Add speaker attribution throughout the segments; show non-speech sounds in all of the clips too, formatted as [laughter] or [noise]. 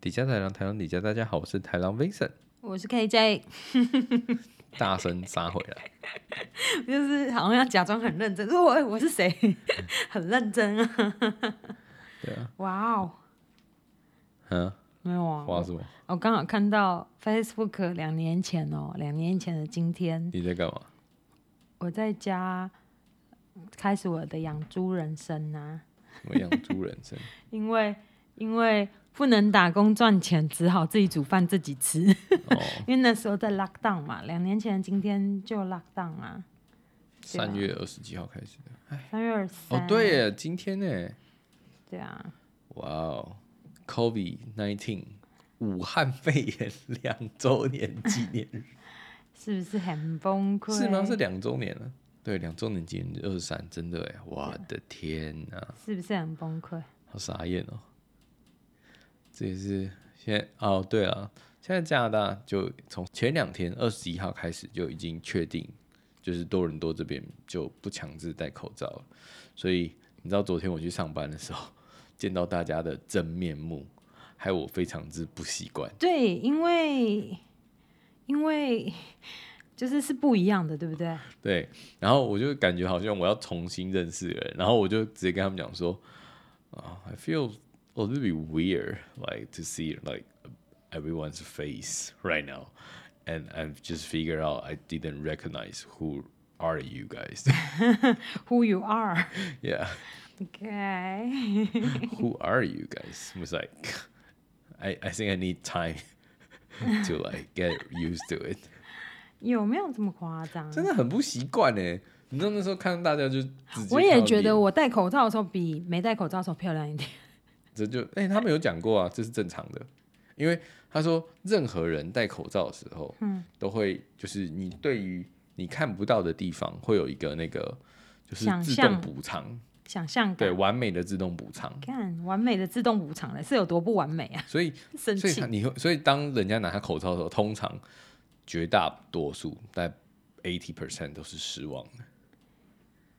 Speaker 1: 底下台郎，台郎底下，大家好，我是台郎 Vincent，
Speaker 2: 我是可以在， [laughs]
Speaker 1: 大声杀回来。
Speaker 2: 就是好像要假装很认真，说我哎我是谁， [laughs] 很认真啊。
Speaker 1: [laughs] 对啊，
Speaker 2: 哇哦，
Speaker 1: 嗯，
Speaker 2: 没有啊，
Speaker 1: 哇什么？
Speaker 2: 我刚好看到 Facebook 两年前哦，两年前的今天，
Speaker 1: 你在干嘛？
Speaker 2: 我在家开始我的养猪人生啊，
Speaker 1: 我养猪人 [laughs] 生，
Speaker 2: 因为因为不能打工赚钱，只好自己煮饭自己吃。
Speaker 1: 哦，
Speaker 2: [laughs] 因为那时候在 lockdown 嘛，两年前的今天就 lockdown 啊，对啊
Speaker 1: 三月二十几号开始的。
Speaker 2: 三月二十三。
Speaker 1: 哦，对耶，今天呢？
Speaker 2: 对啊，
Speaker 1: 哇哦，COVID nineteen，武汉肺炎两周年纪念 [laughs] 日
Speaker 2: 是不是很崩溃？
Speaker 1: 是吗？是两周年了。对，两周年纪念日二十三，真的哎，我的天呐、
Speaker 2: 是不是很崩溃？
Speaker 1: 好傻眼哦！这也是现在哦，对了，现在加拿大就从前两天二十一号开始就已经确定，就是多伦多这边就不强制戴口罩了。所以你知道昨天我去上班的时候， [laughs] 见到大家的真面目，害我非常之不习惯。
Speaker 2: 对，因为因为就是是不一样的，对不对？
Speaker 1: 对，然后我就感觉好像我要重新认识人，然后我就直接跟他们讲说，啊、i feel a little bit weird like to see like everyone's face right now, and I've just figured out I didn't recognize who are you guys. [laughs]
Speaker 2: Who you are? [laughs]
Speaker 1: yeah,
Speaker 2: OK， [laughs]
Speaker 1: who are you guys? It was like, I I think I need time [laughs] to like get used to it.
Speaker 2: 有没有这么夸张？
Speaker 1: 真的很不习惯呢。你知道那时候看到大家就直接
Speaker 2: 我也
Speaker 1: 看到
Speaker 2: 觉
Speaker 1: 脸
Speaker 2: 得我戴口罩的时候比没戴口罩的时候漂亮一点。
Speaker 1: 这就哎、他们有讲过啊，这是正常的，因为他说任何人戴口罩的时候，嗯，都会就是你对于你看不到的地方会有一个那个就是
Speaker 2: 想
Speaker 1: 自动
Speaker 2: 象
Speaker 1: 补偿，
Speaker 2: 想象
Speaker 1: 对，
Speaker 2: 感，
Speaker 1: 完美的自动补偿。
Speaker 2: 看完美的自动补偿了，是有多不完美啊？ [laughs]
Speaker 1: 所以，
Speaker 2: 生
Speaker 1: 所以
Speaker 2: 气
Speaker 1: 他，你会，所以当人家拿他口罩的时候，通常绝大多数在 eighty percent 都是失望的。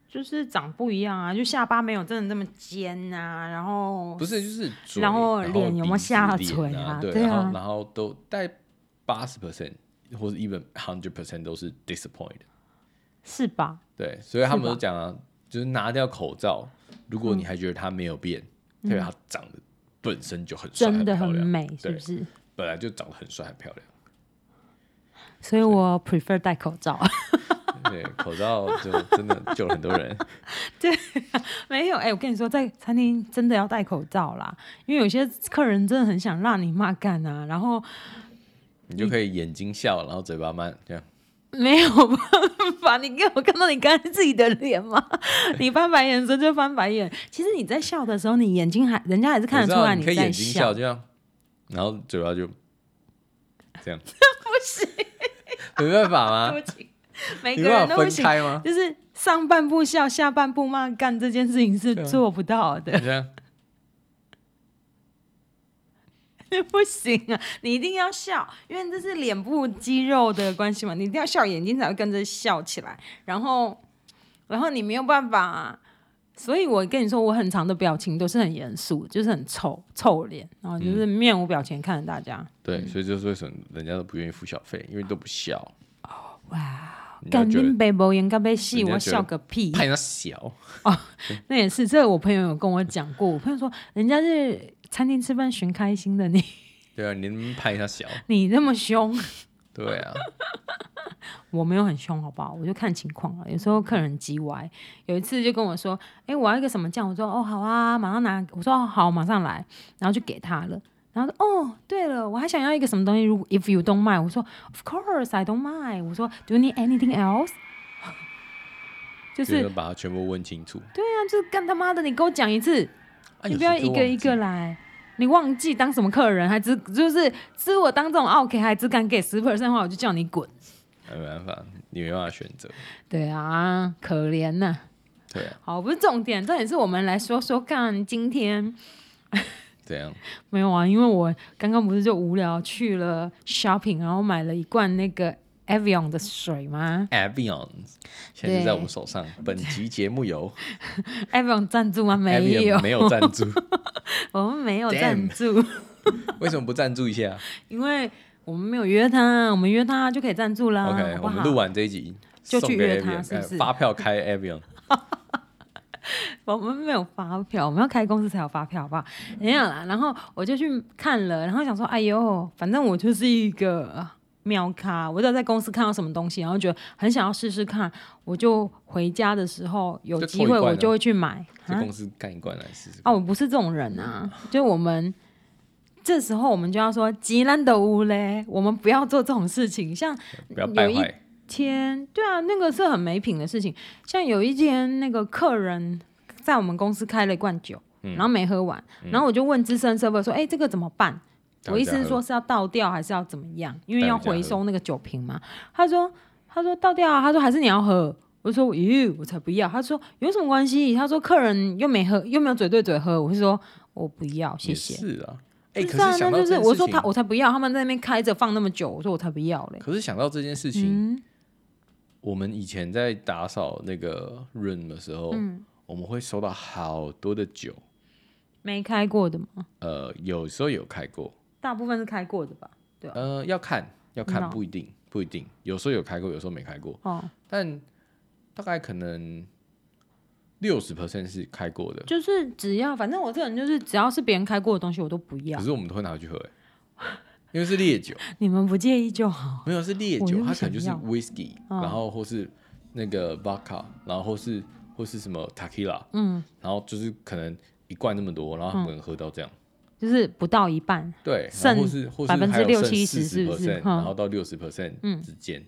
Speaker 2: 就是长不一样啊，就下巴没有真的那么尖啊，然后
Speaker 1: 不是，就是嘴
Speaker 2: 然后
Speaker 1: 然
Speaker 2: 脸有没有
Speaker 1: 鼻子
Speaker 2: 下
Speaker 1: 脸
Speaker 2: 垂
Speaker 1: 啊？
Speaker 2: 啊
Speaker 1: 对，
Speaker 2: 对
Speaker 1: 然后
Speaker 2: 啊
Speaker 1: 然后都在八十 percent 或者 even hundred percent 都是 disappoint。
Speaker 2: 是吧？
Speaker 1: 对，所以他们
Speaker 2: 是吧
Speaker 1: 都讲啊，就是拿掉口罩，如果你还觉得他没有变，代表他长得本身就很帅，
Speaker 2: 嗯真的
Speaker 1: 很
Speaker 2: 很
Speaker 1: 漂亮，
Speaker 2: 美，是
Speaker 1: 对
Speaker 2: 不是？
Speaker 1: 本来就长得很帅很漂亮。
Speaker 2: 所以我 prefer 戴口罩。
Speaker 1: 对，口罩就真的救了很多人。
Speaker 2: [laughs] 没有，哎、我跟你说，在餐厅真的要戴口罩啦，因为有些客人真的很想让你骂干啊，然后 [laughs]
Speaker 1: 你就可以眼睛笑，然后嘴巴慢，这样
Speaker 2: 没有办法，你给我看到你刚才自己的脸吗？ [laughs] 你翻白眼的时候就翻白眼，其实你在笑的时候，你眼睛还人家还是
Speaker 1: 我
Speaker 2: 看得
Speaker 1: 知
Speaker 2: 出
Speaker 1: 道
Speaker 2: 来
Speaker 1: 你可以
Speaker 2: 在
Speaker 1: 眼睛笑，这样，然后嘴巴
Speaker 2: [laughs]
Speaker 1: 就这样，不行，没办法吗？
Speaker 2: 对不起， [laughs] 每
Speaker 1: 你没
Speaker 2: 个人
Speaker 1: 办法
Speaker 2: 都不
Speaker 1: 分
Speaker 2: 行，
Speaker 1: 开吗？
Speaker 2: 就是上半部笑，下半部骂干这件事情是
Speaker 1: 对啊
Speaker 2: 做不到的，
Speaker 1: 这样，
Speaker 2: [laughs] 不行啊！你一定要笑，因为这是脸部肌肉的关系嘛，你一定要笑，眼睛才会跟着笑起来。然后，然后你没有办法、所以我跟你说，我很长的表情都是很严肃，就是很臭臭脸，然后就是面无表情看着大家。
Speaker 1: 对，所以就是为什么人家都不愿意付小费，因为都不笑。
Speaker 2: 哦哇，
Speaker 1: 你要
Speaker 2: 干
Speaker 1: 觉得
Speaker 2: 拎被无言，干被戏，
Speaker 1: 人家
Speaker 2: 我
Speaker 1: 觉得
Speaker 2: 笑个屁！
Speaker 1: 怕人家小，
Speaker 2: 那也是，这个我朋友有跟我讲过，我朋友说人家是餐厅吃饭寻开心的，你
Speaker 1: 对啊，你能怕人家小，
Speaker 2: 你那么凶。
Speaker 1: 对啊。
Speaker 2: 我没有很凶，好不好？我就看情况了。有时候客人叽歪，有一次就跟我说：“哎、我要一个什么酱？”我说：“哦，好啊，马上拿。”我说：“哦，好，马上来。”然后就给他了。然后说：“哦，对了，我还想要一个什么东西？如果 if you don't mind，我说：Of course I don't mind。我说：Do you need anything else？” [laughs] [laughs] 就
Speaker 1: 就是是把它全部问清楚。
Speaker 2: 对啊，就是干他妈的，你给我讲一次，
Speaker 1: 啊
Speaker 2: 你不要一个一个，来。你忘记当什么客人，还只就是只我当这种啊 OK，还只敢给十 percent 的话，我就叫你滚。
Speaker 1: 有时候忘记没办法，你没办法选择。
Speaker 2: 对啊，可怜呐、
Speaker 1: 对啊，
Speaker 2: 好，不是重点，重点是我们来说说看今天
Speaker 1: 怎样？
Speaker 2: 没有啊，因为我刚刚不是就无聊去了 shopping，然后买了一罐那个 Avion 的水吗
Speaker 1: Avion 现在就在我们手上。本集节目由
Speaker 2: ？Avion [laughs] 赞助吗？没有
Speaker 1: Avion 没有赞助， [laughs]
Speaker 2: 我们没有
Speaker 1: Damn
Speaker 2: 赞助。
Speaker 1: 为什么不赞助一下
Speaker 2: 因为我们没有约他，我们约他就可以赞助啦。
Speaker 1: ？OK，
Speaker 2: 啊好不
Speaker 1: 我
Speaker 2: 好
Speaker 1: 们录完这一集
Speaker 2: 就
Speaker 1: 送
Speaker 2: 去
Speaker 1: 给
Speaker 2: 约他
Speaker 1: Avion，
Speaker 2: 是不啊
Speaker 1: 哎
Speaker 2: 是
Speaker 1: 发票开 Avion，
Speaker 2: 我们没有发票，我们要开公司才有发票，好不好？没有啦。然后我就去看了，然后想说，哎呦，反正我就是一个呃妙咖，我只要在公司看到什么东西，然后觉得很想要试试看，我就回家的时候有
Speaker 1: 就
Speaker 2: 机
Speaker 1: 扣一
Speaker 2: 会
Speaker 1: 罐
Speaker 2: 我
Speaker 1: 啊
Speaker 2: 就会去买。
Speaker 1: 这
Speaker 2: 啊
Speaker 1: 公司干一罐来试试看。
Speaker 2: 啊，我不是这种人啊，就我们这时候我们就要说吉兰的屋嘞，我们不要做这种事情。像
Speaker 1: 不要败
Speaker 2: 哦有一
Speaker 1: 坏，
Speaker 2: 天，对啊，那个是很没品的事情。像有一天，那个客人在我们公司开了一罐酒，
Speaker 1: 嗯
Speaker 2: 然后没喝完，然后我就问资深 server 说：“哎、这个怎么办？”
Speaker 1: 带
Speaker 2: 我
Speaker 1: 回
Speaker 2: 意
Speaker 1: 家
Speaker 2: 思是
Speaker 1: 喝
Speaker 2: 说是要倒掉还是要怎么样？因为
Speaker 1: 带
Speaker 2: 要
Speaker 1: 回家
Speaker 2: 回
Speaker 1: 喝
Speaker 2: 收那个酒瓶嘛。他说：“他说倒掉啊。”他说：“还是你要喝。”我就说：“咦，我才不要。”他说：“有什么关系？”他说：“客人又没喝，又没有嘴对嘴喝。”我是说：“我不要，谢
Speaker 1: 也
Speaker 2: 谢。”
Speaker 1: 是啊，哎，
Speaker 2: 不
Speaker 1: 可
Speaker 2: 是啊，
Speaker 1: 想
Speaker 2: 那
Speaker 1: 到
Speaker 2: 就
Speaker 1: 这件
Speaker 2: 是我
Speaker 1: 事
Speaker 2: 说
Speaker 1: 情
Speaker 2: 他我才不要，他们在那边开着放那么久，我说我才不要嘞。
Speaker 1: 可是想到这件事情，
Speaker 2: 嗯，
Speaker 1: 我们以前在打扫那个 room 的时候，我们会收到好多的酒，
Speaker 2: 没开过的嘛，
Speaker 1: 呃，有时候有开过，
Speaker 2: 大部分是开过的吧？对啊，
Speaker 1: 呃，要看要看，
Speaker 2: 嗯
Speaker 1: 不一定不一定，有时候有开过，有时候没开过，
Speaker 2: 哦，
Speaker 1: 但大概可能六十 percent 是开过的，
Speaker 2: 就是只要反正我这个人就是只要是别人开过的东西我都不要
Speaker 1: 可，是我们都会拿去喝、欸，因为是烈酒，
Speaker 2: 你们不介意就好。
Speaker 1: 没有是烈
Speaker 2: 我
Speaker 1: 酒，
Speaker 2: 又
Speaker 1: 它
Speaker 2: 不
Speaker 1: 可能就是
Speaker 2: 想
Speaker 1: whisky，、
Speaker 2: 哦
Speaker 1: 然后或是那个 vodka，然后或是或是什么 tequila，
Speaker 2: 嗯，
Speaker 1: 然后就是可能一罐那么多，然后他们可能喝到这样。
Speaker 2: 就是不到一半，
Speaker 1: 对，然
Speaker 2: 嗯剩
Speaker 1: 后或是或是
Speaker 2: 百分之
Speaker 1: 还有
Speaker 2: 六
Speaker 1: 剩
Speaker 2: 七十是不
Speaker 1: 40%
Speaker 2: 是嗯
Speaker 1: 然后到六十 percent 之间，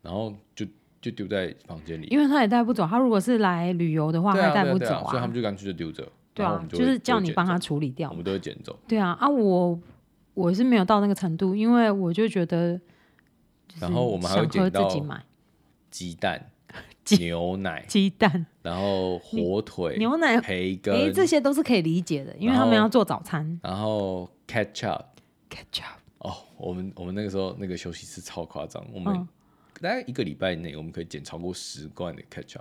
Speaker 1: 然后就就丢在房间里。
Speaker 2: 因为他也带不走。他如果是来旅游的话，
Speaker 1: 对
Speaker 2: 他
Speaker 1: 啊，
Speaker 2: 也带
Speaker 1: 对啊
Speaker 2: 不
Speaker 1: 对
Speaker 2: 走
Speaker 1: 啊所以他们就干脆就丢着。
Speaker 2: 对
Speaker 1: 然后我
Speaker 2: 啊，
Speaker 1: 们
Speaker 2: 就
Speaker 1: 会嗯
Speaker 2: 是叫你帮，他
Speaker 1: 都会捡
Speaker 2: 处理
Speaker 1: 走
Speaker 2: 掉
Speaker 1: 我。们都会捡走，
Speaker 2: 对啊，啊，我我是没有到那个程度，因为我就觉得，就是
Speaker 1: 然后我们还会
Speaker 2: 想喝
Speaker 1: 捡到
Speaker 2: 自己买
Speaker 1: 鸡蛋、
Speaker 2: [laughs] 鸡
Speaker 1: 牛奶，
Speaker 2: 鸡蛋、
Speaker 1: 然后火腿、
Speaker 2: 牛奶
Speaker 1: 培
Speaker 2: 哎、
Speaker 1: 根，
Speaker 2: 这些都是可以理解的，因为
Speaker 1: 然
Speaker 2: 他们
Speaker 1: 后
Speaker 2: 要做早餐。
Speaker 1: 然后 ketchup。
Speaker 2: Ketchup，
Speaker 1: 哦，我们我们那个时候那个休息室超夸张，我们
Speaker 2: 嗯
Speaker 1: 大概一个礼拜内我们可以捡超过十罐的 ketchup。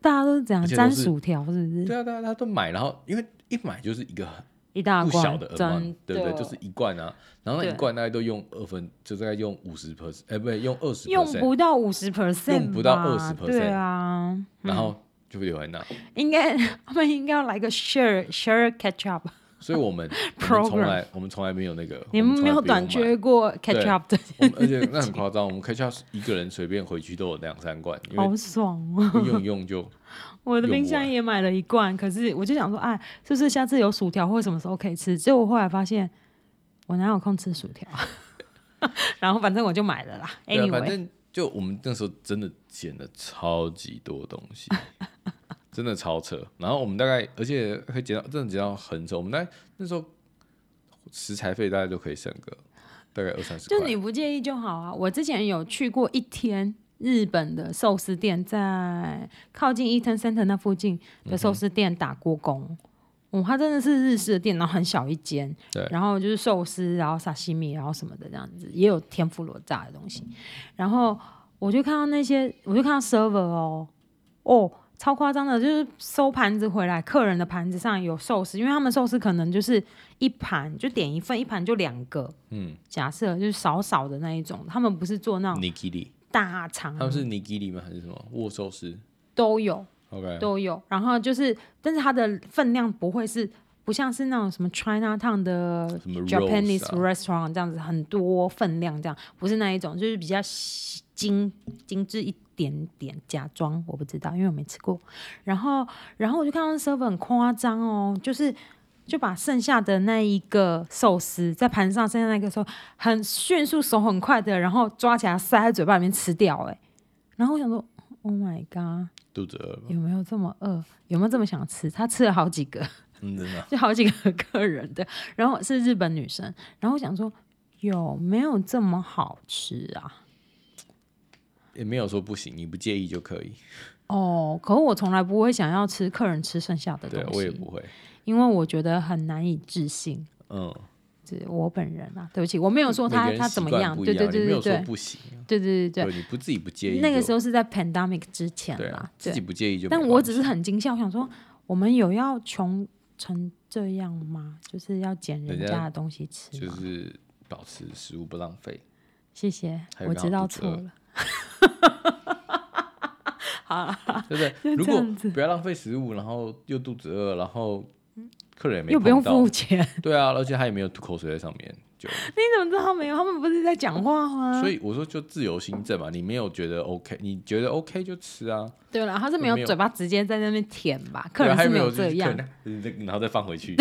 Speaker 2: 大家都是这样
Speaker 1: 而且都
Speaker 2: 沾
Speaker 1: 是
Speaker 2: 薯条，是不是？
Speaker 1: 对啊，对啊，他都买，然后因为一买就是一个
Speaker 2: 一大
Speaker 1: 啊不
Speaker 2: 罐，
Speaker 1: 小的 a
Speaker 2: 真
Speaker 1: m 对不
Speaker 2: 的
Speaker 1: 对？就是一罐啊，然后那一
Speaker 2: 对
Speaker 1: 罐大概都用二分，就大概用五十 percent，哎，不对，用二十
Speaker 2: 用
Speaker 1: percent，
Speaker 2: 不到五十 percent，
Speaker 1: 用不到20%
Speaker 2: 对啊，
Speaker 1: 然后就留在那。
Speaker 2: 应该 [laughs] 他们应该要来个 share share ketchup，
Speaker 1: 所以我
Speaker 2: [laughs]
Speaker 1: 们我们从来我们从来没有那个，[laughs]
Speaker 2: 你
Speaker 1: 我
Speaker 2: 们
Speaker 1: 从
Speaker 2: 没
Speaker 1: 来
Speaker 2: 有
Speaker 1: 不用
Speaker 2: 短
Speaker 1: 买。
Speaker 2: 缺过 ketchup 的，
Speaker 1: 我们而且那很夸张，我们 ketchup 一个人随便回去都有两三罐，因为
Speaker 2: 好爽哦！
Speaker 1: 用一用就
Speaker 2: 我的
Speaker 1: 用
Speaker 2: 冰
Speaker 1: 不
Speaker 2: 箱
Speaker 1: 完
Speaker 2: 也买了一罐，可是我就想说，哎，是不是下次有薯条或什么时候可以吃？结果我后来发现，我哪有空吃薯条？ [laughs] 然后反正我就买了啦。
Speaker 1: 对啊，反
Speaker 2: Anyway，
Speaker 1: 正就我们那时候真的捡了超级多东西， [laughs] 真的超扯。然后我们大概，而且可以捡到，真的捡到很扯。我们那那时候食材费大概都可以省个大概二三十
Speaker 2: 就
Speaker 1: 块
Speaker 2: 你。不介意就好啊。我之前有去过一天日本的寿司店，在靠近 Eaton Center 那附近的
Speaker 1: 嗯
Speaker 2: 寿司店打锅工。哦，它真的是日式的店，然后很小一间，
Speaker 1: 对
Speaker 2: 然后就是寿司，然后沙西米，然后什么的这样子，也有天妇罗炸的东西。然后我就看到那些，我就看到 server 哦，哦，超夸张的，就是收盘子回来，客人的盘子上有寿司，因为他们寿司可能就是一盘就点一份，一盘就两个，
Speaker 1: 嗯，
Speaker 2: 假设就是少少的那一种，他们不是做那种
Speaker 1: Nigiri，
Speaker 2: 大肠，
Speaker 1: 他们是 Nigiri 吗？还是什么握寿司
Speaker 2: 都有
Speaker 1: ？OK，啊
Speaker 2: 都有，然后就是，但是它的分量不会是。不像是那种什么 China Town 的
Speaker 1: 什么
Speaker 2: Japanese
Speaker 1: rolls 啊
Speaker 2: restaurant 这样子，很多分量这样，不是那一种，就是比较细精精致一点点，假装我不知道，因为我没吃过。然后，然后我就看到那 server 很夸张哦，就是就把剩下的那一个寿司在盘上剩下那个时候，很迅速手很快的，然后抓起来塞在嘴巴里面吃掉、哎，然后我想说，Oh my god！
Speaker 1: 肚子饿了吧？
Speaker 2: 有没有这么饿？有没有这么想吃？他吃了好几个，
Speaker 1: 嗯，真的啊。
Speaker 2: 就好几个 [laughs] 客人的，然后是日本女生，然后我想说有没有这么好吃啊？
Speaker 1: 也没有说不行，你不介意就可以。
Speaker 2: 哦，可我从来不会想要吃客人吃剩下的
Speaker 1: 对
Speaker 2: 东
Speaker 1: 我也
Speaker 2: 西，
Speaker 1: 不会。
Speaker 2: 因为我觉得很难以置信。
Speaker 1: 嗯，
Speaker 2: 是我本人啊，对不起，我没有说
Speaker 1: 每
Speaker 2: 哦他
Speaker 1: 个人
Speaker 2: 他
Speaker 1: 习
Speaker 2: 怎么
Speaker 1: 惯
Speaker 2: 样，
Speaker 1: 不一
Speaker 2: 对对对
Speaker 1: 你没
Speaker 2: 对
Speaker 1: 有说
Speaker 2: 对
Speaker 1: 不行啊。
Speaker 2: 对对对
Speaker 1: 对，你不自己不介意就，
Speaker 2: 对，那个时候是在 pandemic 之前
Speaker 1: 对啊
Speaker 2: 啦
Speaker 1: 啊，，自己不介意就没关
Speaker 2: 但
Speaker 1: 系。
Speaker 2: 我只是很惊吓，我想说我们有要穷成这样吗？就是要捡人
Speaker 1: 人家
Speaker 2: 家的东西吃
Speaker 1: 就
Speaker 2: 吗？
Speaker 1: 是保持食物不浪费。
Speaker 2: 谢谢，
Speaker 1: 还有
Speaker 2: 我
Speaker 1: 刚
Speaker 2: 知
Speaker 1: 好
Speaker 2: 道
Speaker 1: 肚子
Speaker 2: 错
Speaker 1: 饿
Speaker 2: 了。好啦，
Speaker 1: 对不
Speaker 2: [laughs]
Speaker 1: 对？如果不要浪费食物，然后又肚子饿，然后客人也没
Speaker 2: 又不用
Speaker 1: 碰到
Speaker 2: 付钱， [laughs]
Speaker 1: 对啊，而且他也没有吐口水在上面，就
Speaker 2: 你怎么知道没有？他们不是在讲话
Speaker 1: [laughs]
Speaker 2: 吗？
Speaker 1: 所以我说就自由心证嘛，你没有觉得 OK，你觉得 OK 就吃啊，
Speaker 2: 对了，他是没
Speaker 1: 没
Speaker 2: 有
Speaker 1: 有
Speaker 2: 嘴巴直接在那边舔吧？客
Speaker 1: 对啊
Speaker 2: 人
Speaker 1: 还
Speaker 2: 是
Speaker 1: 没
Speaker 2: 有
Speaker 1: 就是
Speaker 2: 这样
Speaker 1: 客，人
Speaker 2: [laughs]
Speaker 1: 然后再放回去，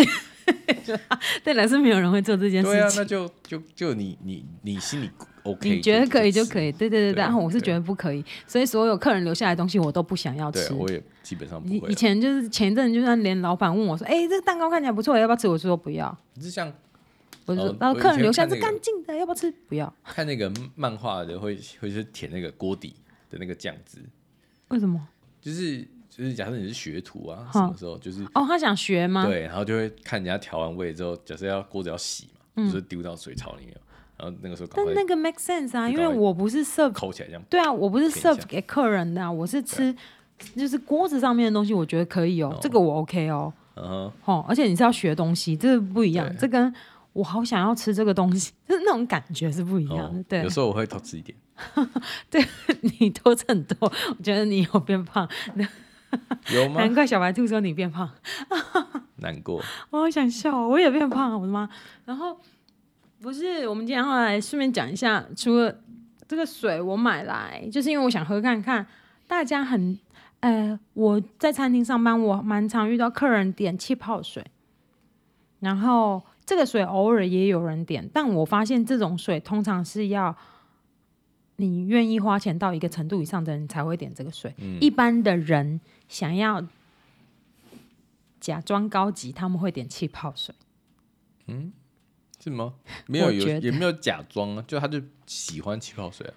Speaker 2: 对了，是没有人会做这件
Speaker 1: 对啊
Speaker 2: 事，情
Speaker 1: 那。就就就你你你心里 OK，
Speaker 2: 你觉得可以就可
Speaker 1: 以，
Speaker 2: 以，对对对
Speaker 1: 对啊
Speaker 2: 对。然后我是
Speaker 1: 对
Speaker 2: 觉得不可以，所以所有客人留下来的东西我都不想要
Speaker 1: 对啊
Speaker 2: 吃。
Speaker 1: 我也基本上不
Speaker 2: 以
Speaker 1: 会
Speaker 2: 以
Speaker 1: 啊，
Speaker 2: 前就是前一阵，就算连老板问我说：“哎、这个蛋糕看起来不错，要不要吃？”我就说不要，
Speaker 1: 就像
Speaker 2: 我就
Speaker 1: 哦
Speaker 2: 说，然
Speaker 1: 我
Speaker 2: 后
Speaker 1: 以
Speaker 2: 客人
Speaker 1: 前
Speaker 2: 留下
Speaker 1: 看
Speaker 2: 是
Speaker 1: 那个
Speaker 2: 干净的，要不要吃？不要，
Speaker 1: 看那个漫画的会会是舔那个锅底的那个酱汁，
Speaker 2: 为什么？
Speaker 1: 就是就是假设你是学徒啊，什
Speaker 2: 好
Speaker 1: 么时候就是
Speaker 2: 哦，他想学吗？
Speaker 1: 对，然后就会看人家调完味之后，假设要锅子要洗嘛，就是丢到水槽里面，然后那个时候赶
Speaker 2: 嗯但
Speaker 1: 快
Speaker 2: 那个 make sense 啊，
Speaker 1: 就
Speaker 2: 因
Speaker 1: 赶
Speaker 2: 为
Speaker 1: 快
Speaker 2: 我不是 serve，
Speaker 1: 扣起来这样。
Speaker 2: 对啊，我不是
Speaker 1: 舔一
Speaker 2: serve
Speaker 1: 下
Speaker 2: 给客人的、啊，我是吃就是锅子上面的东西，我觉得可以哦，这个我 OK 哦，
Speaker 1: 嗯哼，
Speaker 2: 哦，而且你是要学东西，这不一样
Speaker 1: 对，
Speaker 2: 这跟我好想要吃这个东西， [laughs] 就是那种感觉是不一样的。
Speaker 1: 哦
Speaker 2: 对啊
Speaker 1: 有，时候我会偷吃一点，
Speaker 2: 你多吃很多，我觉得你有变
Speaker 1: [laughs]
Speaker 2: 胖，
Speaker 1: 有吗？
Speaker 2: 难怪小白兔说你变胖。
Speaker 1: 难过，
Speaker 2: 我好想笑哦，我也变胖了，我的妈！然后不是，我们今天要来顺便讲一下，除了这个水我买来，就是因为我想喝看看。大家很，呃，我在餐厅上班，我蛮常遇到客人点气泡水，然后这个水偶尔也有人点，但我发现这种水通常是要。你愿意花钱到一个程度以上的人才会点这个水，一般的人想要假装高级，他们会点气泡水。
Speaker 1: 是吗？没有
Speaker 2: 我
Speaker 1: 有
Speaker 2: 觉得
Speaker 1: 也没有假装啊，就他就喜欢气泡水啊，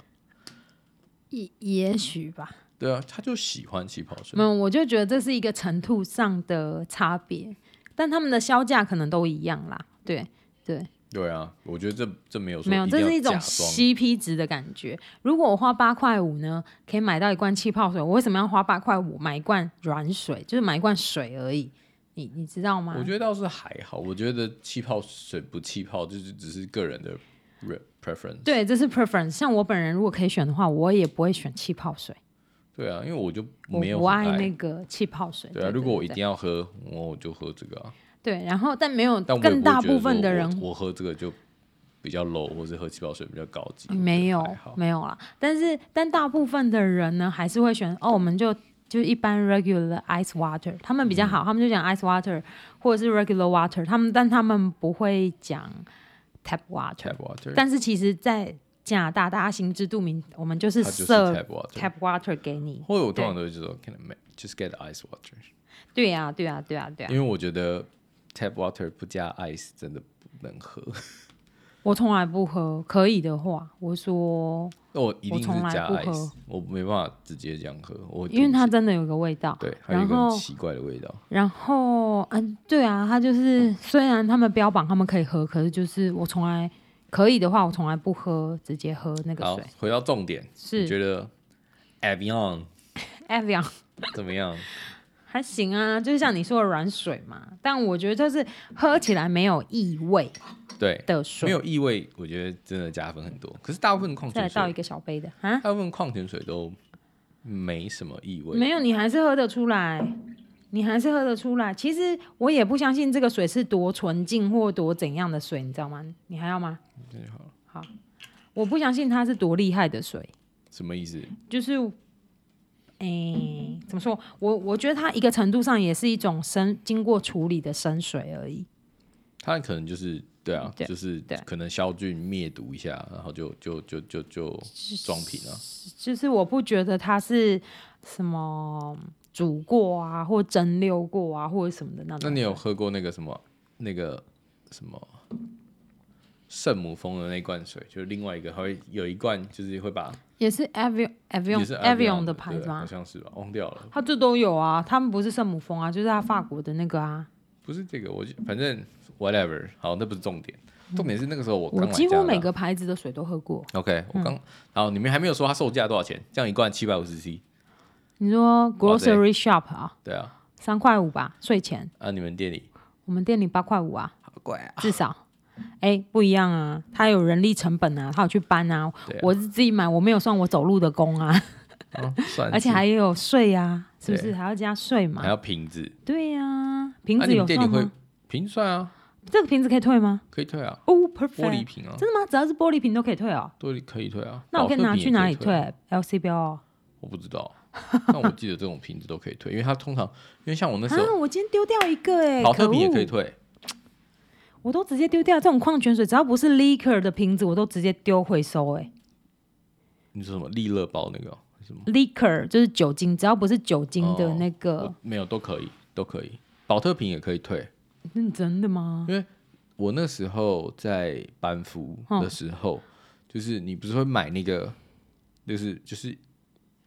Speaker 2: 也也许吧，
Speaker 1: 对啊，他就喜欢气泡水
Speaker 2: 没，有，嗯我就觉得这是一个程度上的差别，但他们的销价可能都一样啦。对对，
Speaker 1: 对啊，我觉得这这没有说
Speaker 2: 没有，
Speaker 1: 一定
Speaker 2: 这
Speaker 1: 要
Speaker 2: 是一种
Speaker 1: 假装
Speaker 2: CP 值的感觉。如果我花八块五呢，可以买到一罐气泡水，我为什么要花八块五买一罐软水？就是买一罐水而已，你你知道吗
Speaker 1: 我？觉得倒是还好，我觉得气泡水不气泡就是只是个人的 re- preference，
Speaker 2: 对，这是 preference。像我本人，如果可以选的话，我也不会选气泡水，
Speaker 1: 对啊，因为我就
Speaker 2: 我
Speaker 1: 没有
Speaker 2: 不
Speaker 1: 很
Speaker 2: 爱那个气泡水。
Speaker 1: 对啊，如果我一
Speaker 2: 对
Speaker 1: 定要喝，我就喝这个啊。
Speaker 2: 对，然后但没有
Speaker 1: 但我也
Speaker 2: 更
Speaker 1: 不会
Speaker 2: 大
Speaker 1: 觉得
Speaker 2: 部分
Speaker 1: 说
Speaker 2: 的
Speaker 1: 我
Speaker 2: 人
Speaker 1: 我喝这个就比较 low，或是喝气泡水比较高级，
Speaker 2: 没
Speaker 1: 我
Speaker 2: 有
Speaker 1: 觉得还好，
Speaker 2: 没有啦。但是，但大部分的人呢，还是会选哦，我们就就一般 regular ice water，他们
Speaker 1: 嗯
Speaker 2: 比较好，他们就讲 ice water 或者是 regular water，他们但他们不会讲 tap water。
Speaker 1: tap water，
Speaker 2: 但是其实，在加拿大，大家心知肚明，我们就是
Speaker 1: 它就是
Speaker 2: serve
Speaker 1: tap water，
Speaker 2: tap water 给你。
Speaker 1: 或者我通常都会说 can I make just get ice water，
Speaker 2: 对呀、对呀、对呀、啊对呀、
Speaker 1: 因为我觉得 tap water 不加 ice 真的不能喝， [laughs]
Speaker 2: 我从来不喝，可以的话，我说，
Speaker 1: 那我一定
Speaker 2: 我从来
Speaker 1: 是加
Speaker 2: 不
Speaker 1: ice，
Speaker 2: 喝
Speaker 1: 我没办法直接这样喝，我
Speaker 2: 因为它真的有个味道。
Speaker 1: 对，还有一
Speaker 2: 然
Speaker 1: 个
Speaker 2: 后
Speaker 1: 很奇怪的味道，
Speaker 2: 然后，嗯，对啊，他就是虽然他们标榜他们可以喝，可是就是我从来可以的话，我从来不喝，直接喝那个
Speaker 1: 好
Speaker 2: 水。，
Speaker 1: 回到重点，你
Speaker 2: 是
Speaker 1: 觉得 Avion
Speaker 2: Evian
Speaker 1: 怎么样？
Speaker 2: [laughs] 还行啊，就是像你说的软水嘛，但我觉得就是喝起来没有异味
Speaker 1: 对，
Speaker 2: 的
Speaker 1: 没
Speaker 2: 水。
Speaker 1: 有异味，我觉得真的加分很多。可是大部分矿
Speaker 2: 再
Speaker 1: 泉
Speaker 2: 来倒一
Speaker 1: 水，
Speaker 2: 个小杯的啊，
Speaker 1: 大部分矿泉水都没什么异味。
Speaker 2: 没有，你还是喝得出来，你还是喝得出来。其实我也不相信这个水是多纯净或多怎样的水，你知道吗？你还要吗？嗯好，好，我不相信它是多厉害的水。
Speaker 1: 什么意思？
Speaker 2: 就是，诶、怎么说？我我觉得它一个程度上也是一种生经过处理的生水而已。
Speaker 1: 它可能就是对啊，
Speaker 2: 对
Speaker 1: 就是
Speaker 2: 对
Speaker 1: 可能消菌灭毒一下，然后就就就就就装瓶啊。
Speaker 2: 就是我不觉得它是什么煮过啊，或蒸馏过啊，或者什么的那
Speaker 1: 那
Speaker 2: 种。
Speaker 1: 你有喝过那个什么那个什么圣母峰的那罐水？就是另外一个，还会有一罐，就是会把
Speaker 2: 也是 Avion
Speaker 1: 也
Speaker 2: Avion
Speaker 1: 是
Speaker 2: Avion
Speaker 1: 的
Speaker 2: 的牌
Speaker 1: 对啊
Speaker 2: 子
Speaker 1: 好
Speaker 2: 吗？
Speaker 1: 像是吧，忘掉了。
Speaker 2: 它这都有啊，他们不是圣母峰啊，就是它法国的那个啊。
Speaker 1: 不是这个，我就反正 whatever，好，那不是重点，重点是那个时候我刚
Speaker 2: 嗯我
Speaker 1: 来
Speaker 2: 几
Speaker 1: 加
Speaker 2: 乎
Speaker 1: 拿大
Speaker 2: 每个嗯牌子的水都喝过。
Speaker 1: OK，我刚，然后你们还没有说它售价多少钱，这样一罐七百五十 C，
Speaker 2: 你说
Speaker 1: 哇塞哦
Speaker 2: grocery shop 啊，
Speaker 1: 对啊，
Speaker 2: 三块五吧，税前。
Speaker 1: 啊，你们店里
Speaker 2: 我们店里八块五啊，
Speaker 3: 好贵啊！
Speaker 2: 至少。哎、不一样啊，他有人力成本啊，他有去搬啊，
Speaker 1: 对啊
Speaker 2: 我是自己买，我没有算我走路的工啊，
Speaker 1: 哦算是，
Speaker 2: 而且还有税啊，是不是
Speaker 1: 对
Speaker 2: 还要加税嘛
Speaker 1: 还？要瓶子，
Speaker 2: 对呀、瓶
Speaker 1: 啊
Speaker 2: 子
Speaker 1: 你
Speaker 2: 有
Speaker 1: 们店里
Speaker 2: 算
Speaker 1: 会
Speaker 2: 吗？
Speaker 1: 瓶子算啊，
Speaker 2: 这个瓶子可以退吗？
Speaker 1: 可以退啊，
Speaker 2: 哦
Speaker 1: 玻璃
Speaker 2: ，perfect，
Speaker 1: 瓶啊，
Speaker 2: 真的吗？只要是玻璃瓶都可以退哦。
Speaker 1: 对，可以退啊。
Speaker 2: 那我
Speaker 1: 保
Speaker 2: 可以
Speaker 1: 特
Speaker 2: 拿
Speaker 1: 瓶也
Speaker 2: 去哪里
Speaker 1: 退啊？
Speaker 2: 退？LC 标哦。
Speaker 1: 啊我不知道， [laughs] 但我记得这种瓶子都可以退，因为它通常，因为像我那时
Speaker 2: 啊，
Speaker 1: 候
Speaker 2: 我今天丢掉一个哎、欸，
Speaker 1: 保特瓶也可以
Speaker 2: 恶，
Speaker 1: 退，
Speaker 2: 我都直接丢掉。这种矿泉水只要不是 liquor 的瓶子，我都直接丢回收哎、
Speaker 1: 你说什么利乐包那个哦什么？
Speaker 2: liquor 就是酒精，只要不是酒精的
Speaker 1: 哦
Speaker 2: 那
Speaker 1: 我
Speaker 2: 个，
Speaker 1: 没有，都可以，都可以。保特瓶也可以退。
Speaker 2: 嗯，真的吗？
Speaker 1: 我那时候在班服
Speaker 2: 嗯
Speaker 1: 的时候，就是你不是会买那个，就是就是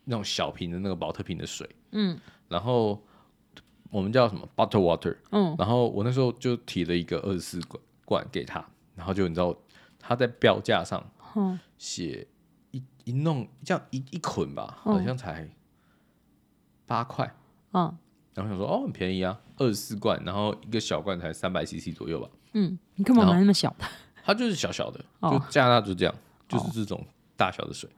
Speaker 1: 那种小瓶的那个保特瓶的水，
Speaker 2: 嗯
Speaker 1: 然后我们叫什么 butter water，
Speaker 2: 嗯，
Speaker 1: 然后我那时候就提了一个二十四罐罐给他，然后就你知道他在标价上
Speaker 2: 嗯
Speaker 1: 写一一弄这样一一捆吧，
Speaker 2: 嗯
Speaker 1: 好像才八块，
Speaker 2: 嗯
Speaker 1: 然后想说哦很便宜啊，二十四罐，然后一个小罐才三百 CC 左右吧，
Speaker 2: 嗯，你干嘛买那么小的？
Speaker 1: 它就是小小的，
Speaker 2: 哦
Speaker 1: 就加拿大就这样，就是这种大小的水，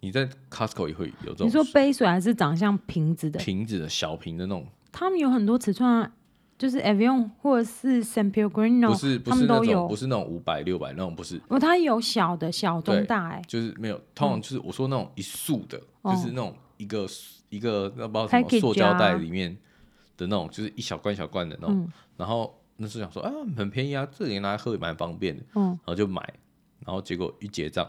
Speaker 1: 你在 Costco 也会有这
Speaker 2: 你说
Speaker 1: 种
Speaker 2: 杯水还是长相瓶子的？
Speaker 1: 瓶子的小瓶的那种，
Speaker 2: 他们有很多尺寸啊，就是 Avion 或者是 San Pellegrino，
Speaker 1: 不是不
Speaker 2: 他
Speaker 1: 是
Speaker 2: 们
Speaker 1: 那
Speaker 2: 都
Speaker 1: 种不
Speaker 2: 有。
Speaker 1: 是那种五百六百那种不是，
Speaker 2: 哦，它有小的、小中
Speaker 1: 对
Speaker 2: 大哎、
Speaker 1: 就是没有，通常就是我说那种一束的，
Speaker 2: 哦
Speaker 1: 就是那种一个一个那不知道什
Speaker 2: Package
Speaker 1: 么
Speaker 2: 啊
Speaker 1: 塑胶袋里面的那种，就是一小罐一小罐的那种。
Speaker 2: 嗯
Speaker 1: 然后那时候想说啊，很便宜啊，这里拿来喝也蛮方便的，
Speaker 2: 嗯
Speaker 1: 然后就买。然后结果一结账，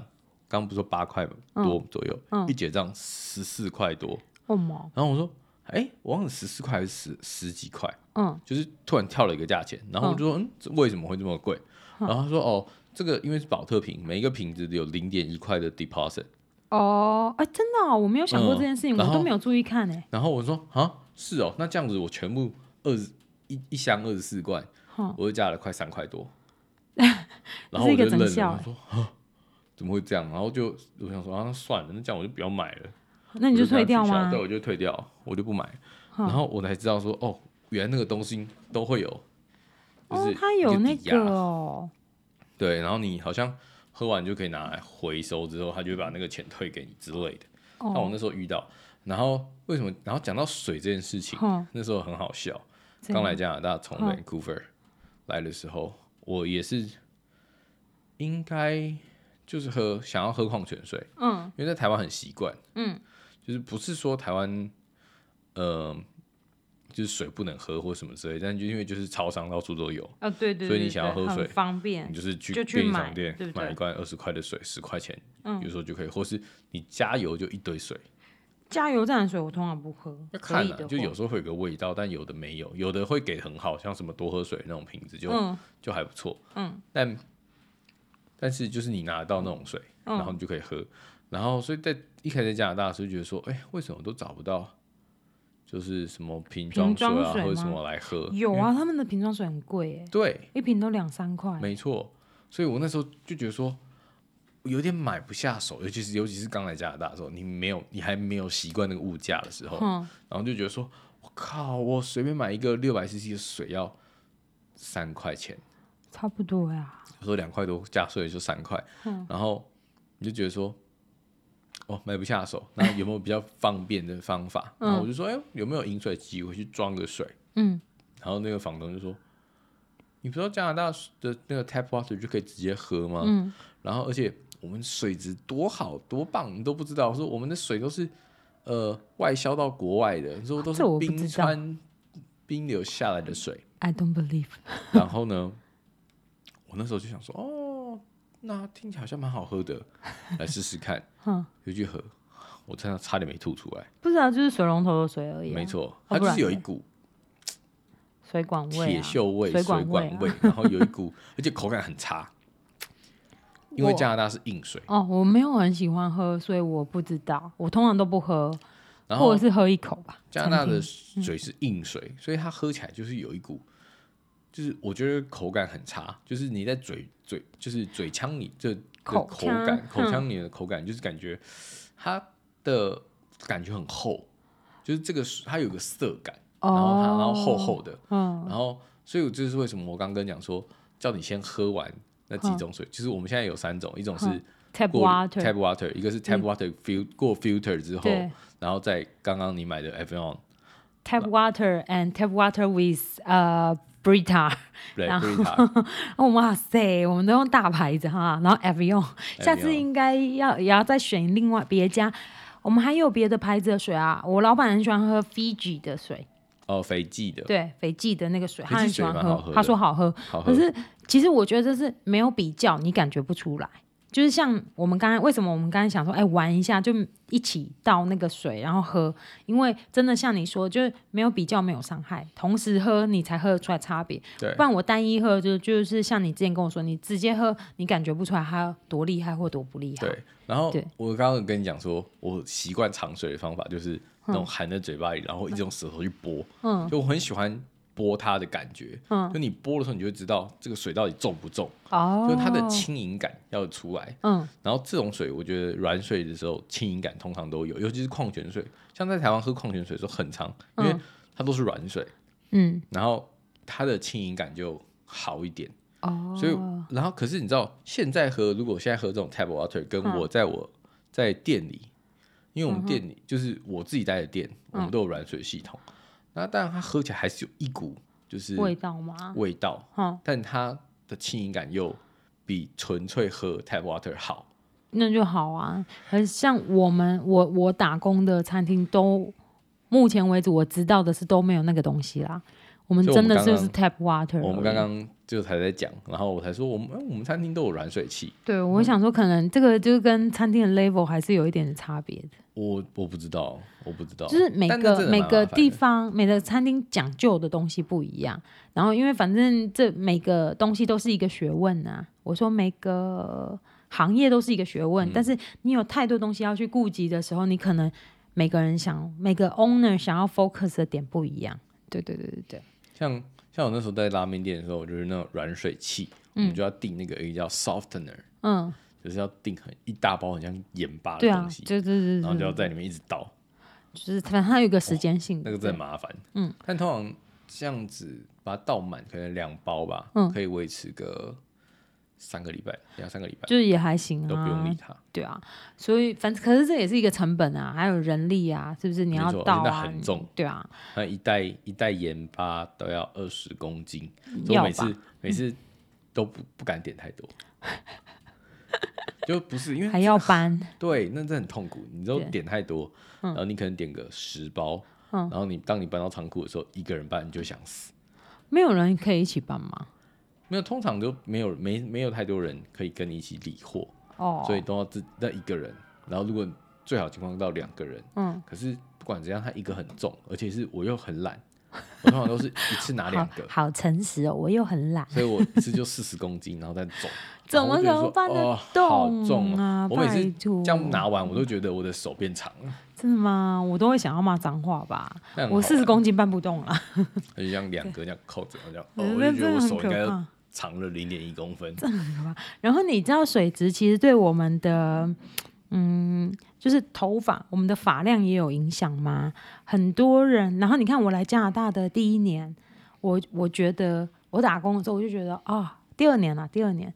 Speaker 1: 刚不是说八块多左右，
Speaker 2: 嗯
Speaker 1: 一结账十四块多。
Speaker 2: 哦毛，
Speaker 1: 然后我说，哎，我忘了十四块还是十十几块，
Speaker 2: 嗯
Speaker 1: 就是突然跳了一个价钱，然后我就说，嗯，这为什么会这么贵？
Speaker 2: 嗯
Speaker 1: 然后他说，哦，这个因为是保特瓶，每一个瓶子有零点一块的 deposit。
Speaker 2: 哦，哎、真的、哦，我没有想过这件事
Speaker 1: 嗯
Speaker 2: 情，
Speaker 1: 然
Speaker 2: 我
Speaker 1: 后
Speaker 2: 都没有注意看哎、
Speaker 1: 然后我说啊，是哦，那这样子我全部二十一一箱二十四罐，
Speaker 2: 嗯
Speaker 1: 我就加了快三块多，
Speaker 2: [laughs] 这
Speaker 1: 然后
Speaker 2: 是一
Speaker 1: 我
Speaker 2: 个欸
Speaker 1: 就愣
Speaker 2: 整
Speaker 1: 了，
Speaker 2: 笑
Speaker 1: 我说啊，怎么会这样？然后就我想说啊，那算了，那这样我就不要买了，
Speaker 2: 那你
Speaker 1: 我
Speaker 2: 就
Speaker 1: 就跟他
Speaker 2: 退掉
Speaker 1: 取消
Speaker 2: 吗？
Speaker 1: 对，我就退掉，我就不买。
Speaker 2: 嗯
Speaker 1: 然后我才知道说哦，原来那个东西都会有，就
Speaker 2: 哦
Speaker 1: 是，
Speaker 2: 它
Speaker 1: 一
Speaker 2: 有那
Speaker 1: 抵押
Speaker 2: 个哦，
Speaker 1: 对，然后你好像喝完就可以拿来回收，之后他就会把那个钱退给你之类的。那我
Speaker 2: 哦，
Speaker 1: 那时候遇到，然后为什么？然后讲到水这件事情
Speaker 2: 哼，
Speaker 1: 那时候很好笑。
Speaker 2: 这
Speaker 1: 刚
Speaker 2: 样
Speaker 1: 来加拿大，从
Speaker 2: 嗯
Speaker 1: Vancouver 来的时候，我也是应该就是喝想要喝矿泉水，
Speaker 2: 嗯
Speaker 1: 因为在台湾很习惯，
Speaker 2: 嗯，
Speaker 1: 就是不是说台湾，呃，就是水不能喝或什么之类，但就因为就是超商到处都有，
Speaker 2: 啊、对对对，
Speaker 1: 所以你想要
Speaker 2: 对
Speaker 1: 喝水
Speaker 2: 很方便
Speaker 1: 你，就是去
Speaker 2: 就去
Speaker 1: 便利
Speaker 2: 买
Speaker 1: 商店
Speaker 2: 对不对
Speaker 1: 买一罐二十块的水，十块钱，
Speaker 2: 嗯
Speaker 1: 有时候就可以，或是你加油就一堆水，
Speaker 2: 加油站的水我通常不喝，
Speaker 1: 要
Speaker 2: 可
Speaker 1: 看
Speaker 2: 以
Speaker 1: 了、
Speaker 2: 的哦
Speaker 1: 就
Speaker 2: 话
Speaker 1: 有时候会有个味道，但有的没有，有的会给很好，像什么多喝水那种瓶子就、
Speaker 2: 嗯
Speaker 1: 就还不错，
Speaker 2: 嗯，
Speaker 1: 但但是就是你拿到那种水，
Speaker 2: 嗯
Speaker 1: 然后你就可以喝，然后所以在一开始在加拿大的时候就觉得说，哎、为什么都找不到就是什么瓶装水
Speaker 2: 瓶
Speaker 1: 啊
Speaker 2: 装水吗
Speaker 1: 或者什么来喝？
Speaker 2: 有
Speaker 1: 因为，
Speaker 2: 啊，他们的瓶装水很贵哎，
Speaker 1: 对，
Speaker 2: 一瓶都两三块，
Speaker 1: 没错，所以我那时候就觉得说。有点买不下手，尤其是尤其是刚来加拿大的时候，你没有你还没有习惯那个物价的时候，
Speaker 2: 嗯，
Speaker 1: 然后就觉得说，我靠，我随便买一个六百 CC 的水要三块钱，
Speaker 2: 差不多呀，
Speaker 1: 有时候两块多加税就三块，
Speaker 2: 嗯
Speaker 1: 然后你就觉得说，哦，买不下手，那有没有比较方便的方法？然后我就说，哎、有没有饮水机，我去装个水？
Speaker 2: 嗯，
Speaker 1: 然后那个房东就说，你不知道加拿大的那个 tap water 就可以直接喝吗？
Speaker 2: 嗯，
Speaker 1: 然后而且我们水质多好多棒，你都不知道，说我们的水都是呃外销到国外的，你说都是
Speaker 2: 啊这我不
Speaker 1: 冰
Speaker 2: 知道
Speaker 1: 川冰流下来的水。
Speaker 2: I don't believe。。
Speaker 1: 然后呢，我那时候就想说，哦，那听起来好像蛮好喝的，来试试看
Speaker 2: 嗯，
Speaker 1: 就去喝，我真的差点没吐出来。
Speaker 2: 不知道，就是水龙头的水而已、啊。
Speaker 1: 没，错，
Speaker 2: 啊
Speaker 1: 它
Speaker 2: 不
Speaker 1: 就
Speaker 2: 然
Speaker 1: 是有一
Speaker 2: 呢
Speaker 1: 股
Speaker 2: 水管味、啊。
Speaker 1: 铁锈味、
Speaker 2: 水
Speaker 1: 水
Speaker 2: 管
Speaker 1: 管
Speaker 2: 味啊
Speaker 1: 味，然后有一股，而且口感很差。因为
Speaker 2: 我
Speaker 1: 加拿大是硬水，
Speaker 2: 哦，我没有很喜欢喝，所以我不知道。我通常都不喝，
Speaker 1: 然
Speaker 2: 或
Speaker 1: 后
Speaker 2: 者是喝一口吧。
Speaker 1: 加拿大的
Speaker 2: 餐嗯
Speaker 1: 水是硬水，所以它喝起来就是有一股，就是我觉得口感很差，就是你在嘴嘴就是嘴腔里这的
Speaker 2: 口
Speaker 1: 口
Speaker 2: 腔
Speaker 1: 感，口
Speaker 2: 嗯
Speaker 1: 腔里的口感就是感觉它的感觉很厚，就是这个水它有个涩感，
Speaker 2: 厅
Speaker 1: 然后它
Speaker 2: 哦，
Speaker 1: 然后厚厚的，
Speaker 2: 嗯
Speaker 1: 然后所以我就是为什么我刚跟你讲说，叫你先喝完那几种水，就是我们现在有三种，一种是
Speaker 2: 嗯 tap
Speaker 1: 过
Speaker 2: water，嗯
Speaker 1: tap water，一个是 tap water fil、过 filter 之后
Speaker 2: 对，
Speaker 1: 然后再刚刚你买的 f o n
Speaker 2: tap water and tap water with 呃 Brita， [laughs]
Speaker 1: 对
Speaker 2: 然后
Speaker 1: Brita，
Speaker 2: 哦哇塞，我们都用大牌子哈，然后 Avion，下次应该要也要再选另外别家。我们还有别的牌子的水啊，我老板很喜欢喝 Fiji 的水，
Speaker 1: 哦，斐济的，
Speaker 2: 对，斐济的那个水，
Speaker 1: 斐济
Speaker 2: 他很喜欢
Speaker 1: 水蛮好喝的
Speaker 2: 他说好喝，
Speaker 1: 好喝
Speaker 2: 可，是其实我觉得这是没有比较，你感觉不出来。就是像我们刚才为什么我们刚才想说，哎，玩一下就一起倒那个水，然后喝，因为真的像你说，就是没有比较，没有伤害，同时喝你才喝得出来差别。
Speaker 1: 对
Speaker 2: 不然我单一喝就就是像你之前跟我说，你直接喝，你感觉不出来它多厉害或多不厉害。
Speaker 1: 对。然后
Speaker 2: 对
Speaker 1: 我刚刚有跟你讲说，我习惯尝水的方法就是那种含在嘴巴里，然后一直用舌头去拨，
Speaker 2: 嗯
Speaker 1: 就我很喜欢拨它的感觉。
Speaker 2: 嗯
Speaker 1: 就你拨的时候，你就会知道这个水到底重不重，
Speaker 2: 哦，
Speaker 1: 就它的轻盈感要出来。
Speaker 2: 嗯
Speaker 1: 然后这种水，我觉得软水的时候轻盈感通常都有，尤其是矿泉水。像在台湾喝矿泉水的时候很长，因为
Speaker 2: 嗯
Speaker 1: 它都是软水，
Speaker 2: 嗯
Speaker 1: 然后它的轻盈感就好一点。
Speaker 2: 哦，
Speaker 1: 所以，然后可是你知道，现在喝如果现在喝这种 tap water，跟
Speaker 2: 嗯
Speaker 1: 我在我在店里，因为我们店里、就是我自己待的店，我
Speaker 2: 嗯
Speaker 1: 们都有软水系统。那当然，它喝起来还是有一股就是
Speaker 2: 味道吗？
Speaker 1: 味道，
Speaker 2: 哈、
Speaker 1: 但它的轻盈感又比纯粹喝 tap water 好。
Speaker 2: 那就好啊。而像我们，我我打工的餐厅都，目前为止我知道的是都没有那个东西啦。我们
Speaker 1: 就我
Speaker 2: 真
Speaker 1: 们
Speaker 2: 的
Speaker 1: 刚
Speaker 2: 就
Speaker 1: 刚
Speaker 2: 是 tap water 而已。
Speaker 1: 我们刚刚就才在讲，然后我才说我们哎我们餐厅都有软水器，
Speaker 2: 对，我想说，可能这个就跟餐厅的 level 还是有一点差别的，
Speaker 1: 我我不知道，我不知道，
Speaker 2: 就是每
Speaker 1: 哦但那真
Speaker 2: 个
Speaker 1: 的
Speaker 2: 每
Speaker 1: 蛮
Speaker 2: 个
Speaker 1: 麻烦
Speaker 2: 地
Speaker 1: 的
Speaker 2: 方、每个餐厅讲究的东西不一样。然后，因为反正这每个东西都是一个学问啊。我说每个行业都是一个学
Speaker 1: 嗯
Speaker 2: 问，但是你有太多东西要去顾及的时候，你可能每个人想每个 owner 想要 focus 的点不一样。对对对对对，
Speaker 1: 像像我那时候在拉面店的时候，我就是那种软水器，我们就要订那个一个叫 softener，
Speaker 2: 嗯，
Speaker 1: 就是要订很一大包很像盐巴的
Speaker 2: 对啊嗯
Speaker 1: 东西，，
Speaker 2: 对对对
Speaker 1: 然后
Speaker 2: 对
Speaker 1: 就要
Speaker 2: 对，
Speaker 1: 在里面一直倒，
Speaker 2: 就是反正它有一个时间性的，
Speaker 1: 那个真的麻烦。嗯，但通常这样子把它倒满，可能两包吧，
Speaker 2: 嗯
Speaker 1: 可以维持个三个礼拜，两三个礼拜
Speaker 2: 就是也还行啊，
Speaker 1: 都不用理它。
Speaker 2: 对啊，所以反正可是这也是一个成本啊，还有人力啊，是不是？你要
Speaker 1: 没错而
Speaker 2: 到
Speaker 1: 且那
Speaker 2: 啊，
Speaker 1: 很
Speaker 2: 你
Speaker 1: 重
Speaker 2: 对啊，
Speaker 1: 那一袋一袋盐巴都要二十公斤，所以
Speaker 2: 嗯要
Speaker 1: 我每
Speaker 2: 吧
Speaker 1: 次每次都不不敢点太
Speaker 2: [laughs]
Speaker 1: 多，就不是因为
Speaker 2: 还要搬，
Speaker 1: 对，那这很痛苦。你都
Speaker 2: 对
Speaker 1: 点太多，然后你可能点个十包，
Speaker 2: 嗯
Speaker 1: 然后你当你搬到仓库的时候，一个人搬你就想死。
Speaker 2: 没有人可以一起搬吗？
Speaker 1: 没有，通常就没有没没有太多人可以跟你一起理货，
Speaker 2: 哦，
Speaker 1: 所以都要自那一个人。然后如果最好情况到两个人，
Speaker 2: 嗯，
Speaker 1: 可是不管怎样，它一个很重，而且是我又很懒，我通常都是一次拿两
Speaker 2: 好 [laughs]
Speaker 1: 个，
Speaker 2: 好诚实哦，我又很懒，
Speaker 1: 所以我一次就四十公斤，然后再走，
Speaker 2: 怎么可
Speaker 1: 然后我就觉得说
Speaker 2: 能搬
Speaker 1: 哦
Speaker 2: 得
Speaker 1: 好重
Speaker 2: 动啊？
Speaker 1: 我每次
Speaker 2: 拜托
Speaker 1: 这样拿完，我都觉得我的手变长了，
Speaker 2: 真的吗？我都会想要骂脏话吧，
Speaker 1: 那很
Speaker 2: 我
Speaker 1: 好啊
Speaker 2: 四
Speaker 1: 玩
Speaker 2: 十公斤搬不动了，
Speaker 1: 它就像两个这样扣着，然后这样，哦，
Speaker 2: 嗯真
Speaker 1: 我
Speaker 2: 的
Speaker 1: 就觉得
Speaker 2: 真
Speaker 1: 我
Speaker 2: 的很
Speaker 1: 手应该
Speaker 2: 可
Speaker 1: 要
Speaker 2: 怕。
Speaker 1: 长了零点一公分。
Speaker 2: 然后你知道水质其实对我们的，嗯，就是头发，我们的发量也有影响吗？很多人，然后你看我来加拿大的第一年，我我觉得我打工的时候我就觉得啊、第二年啊，第二年，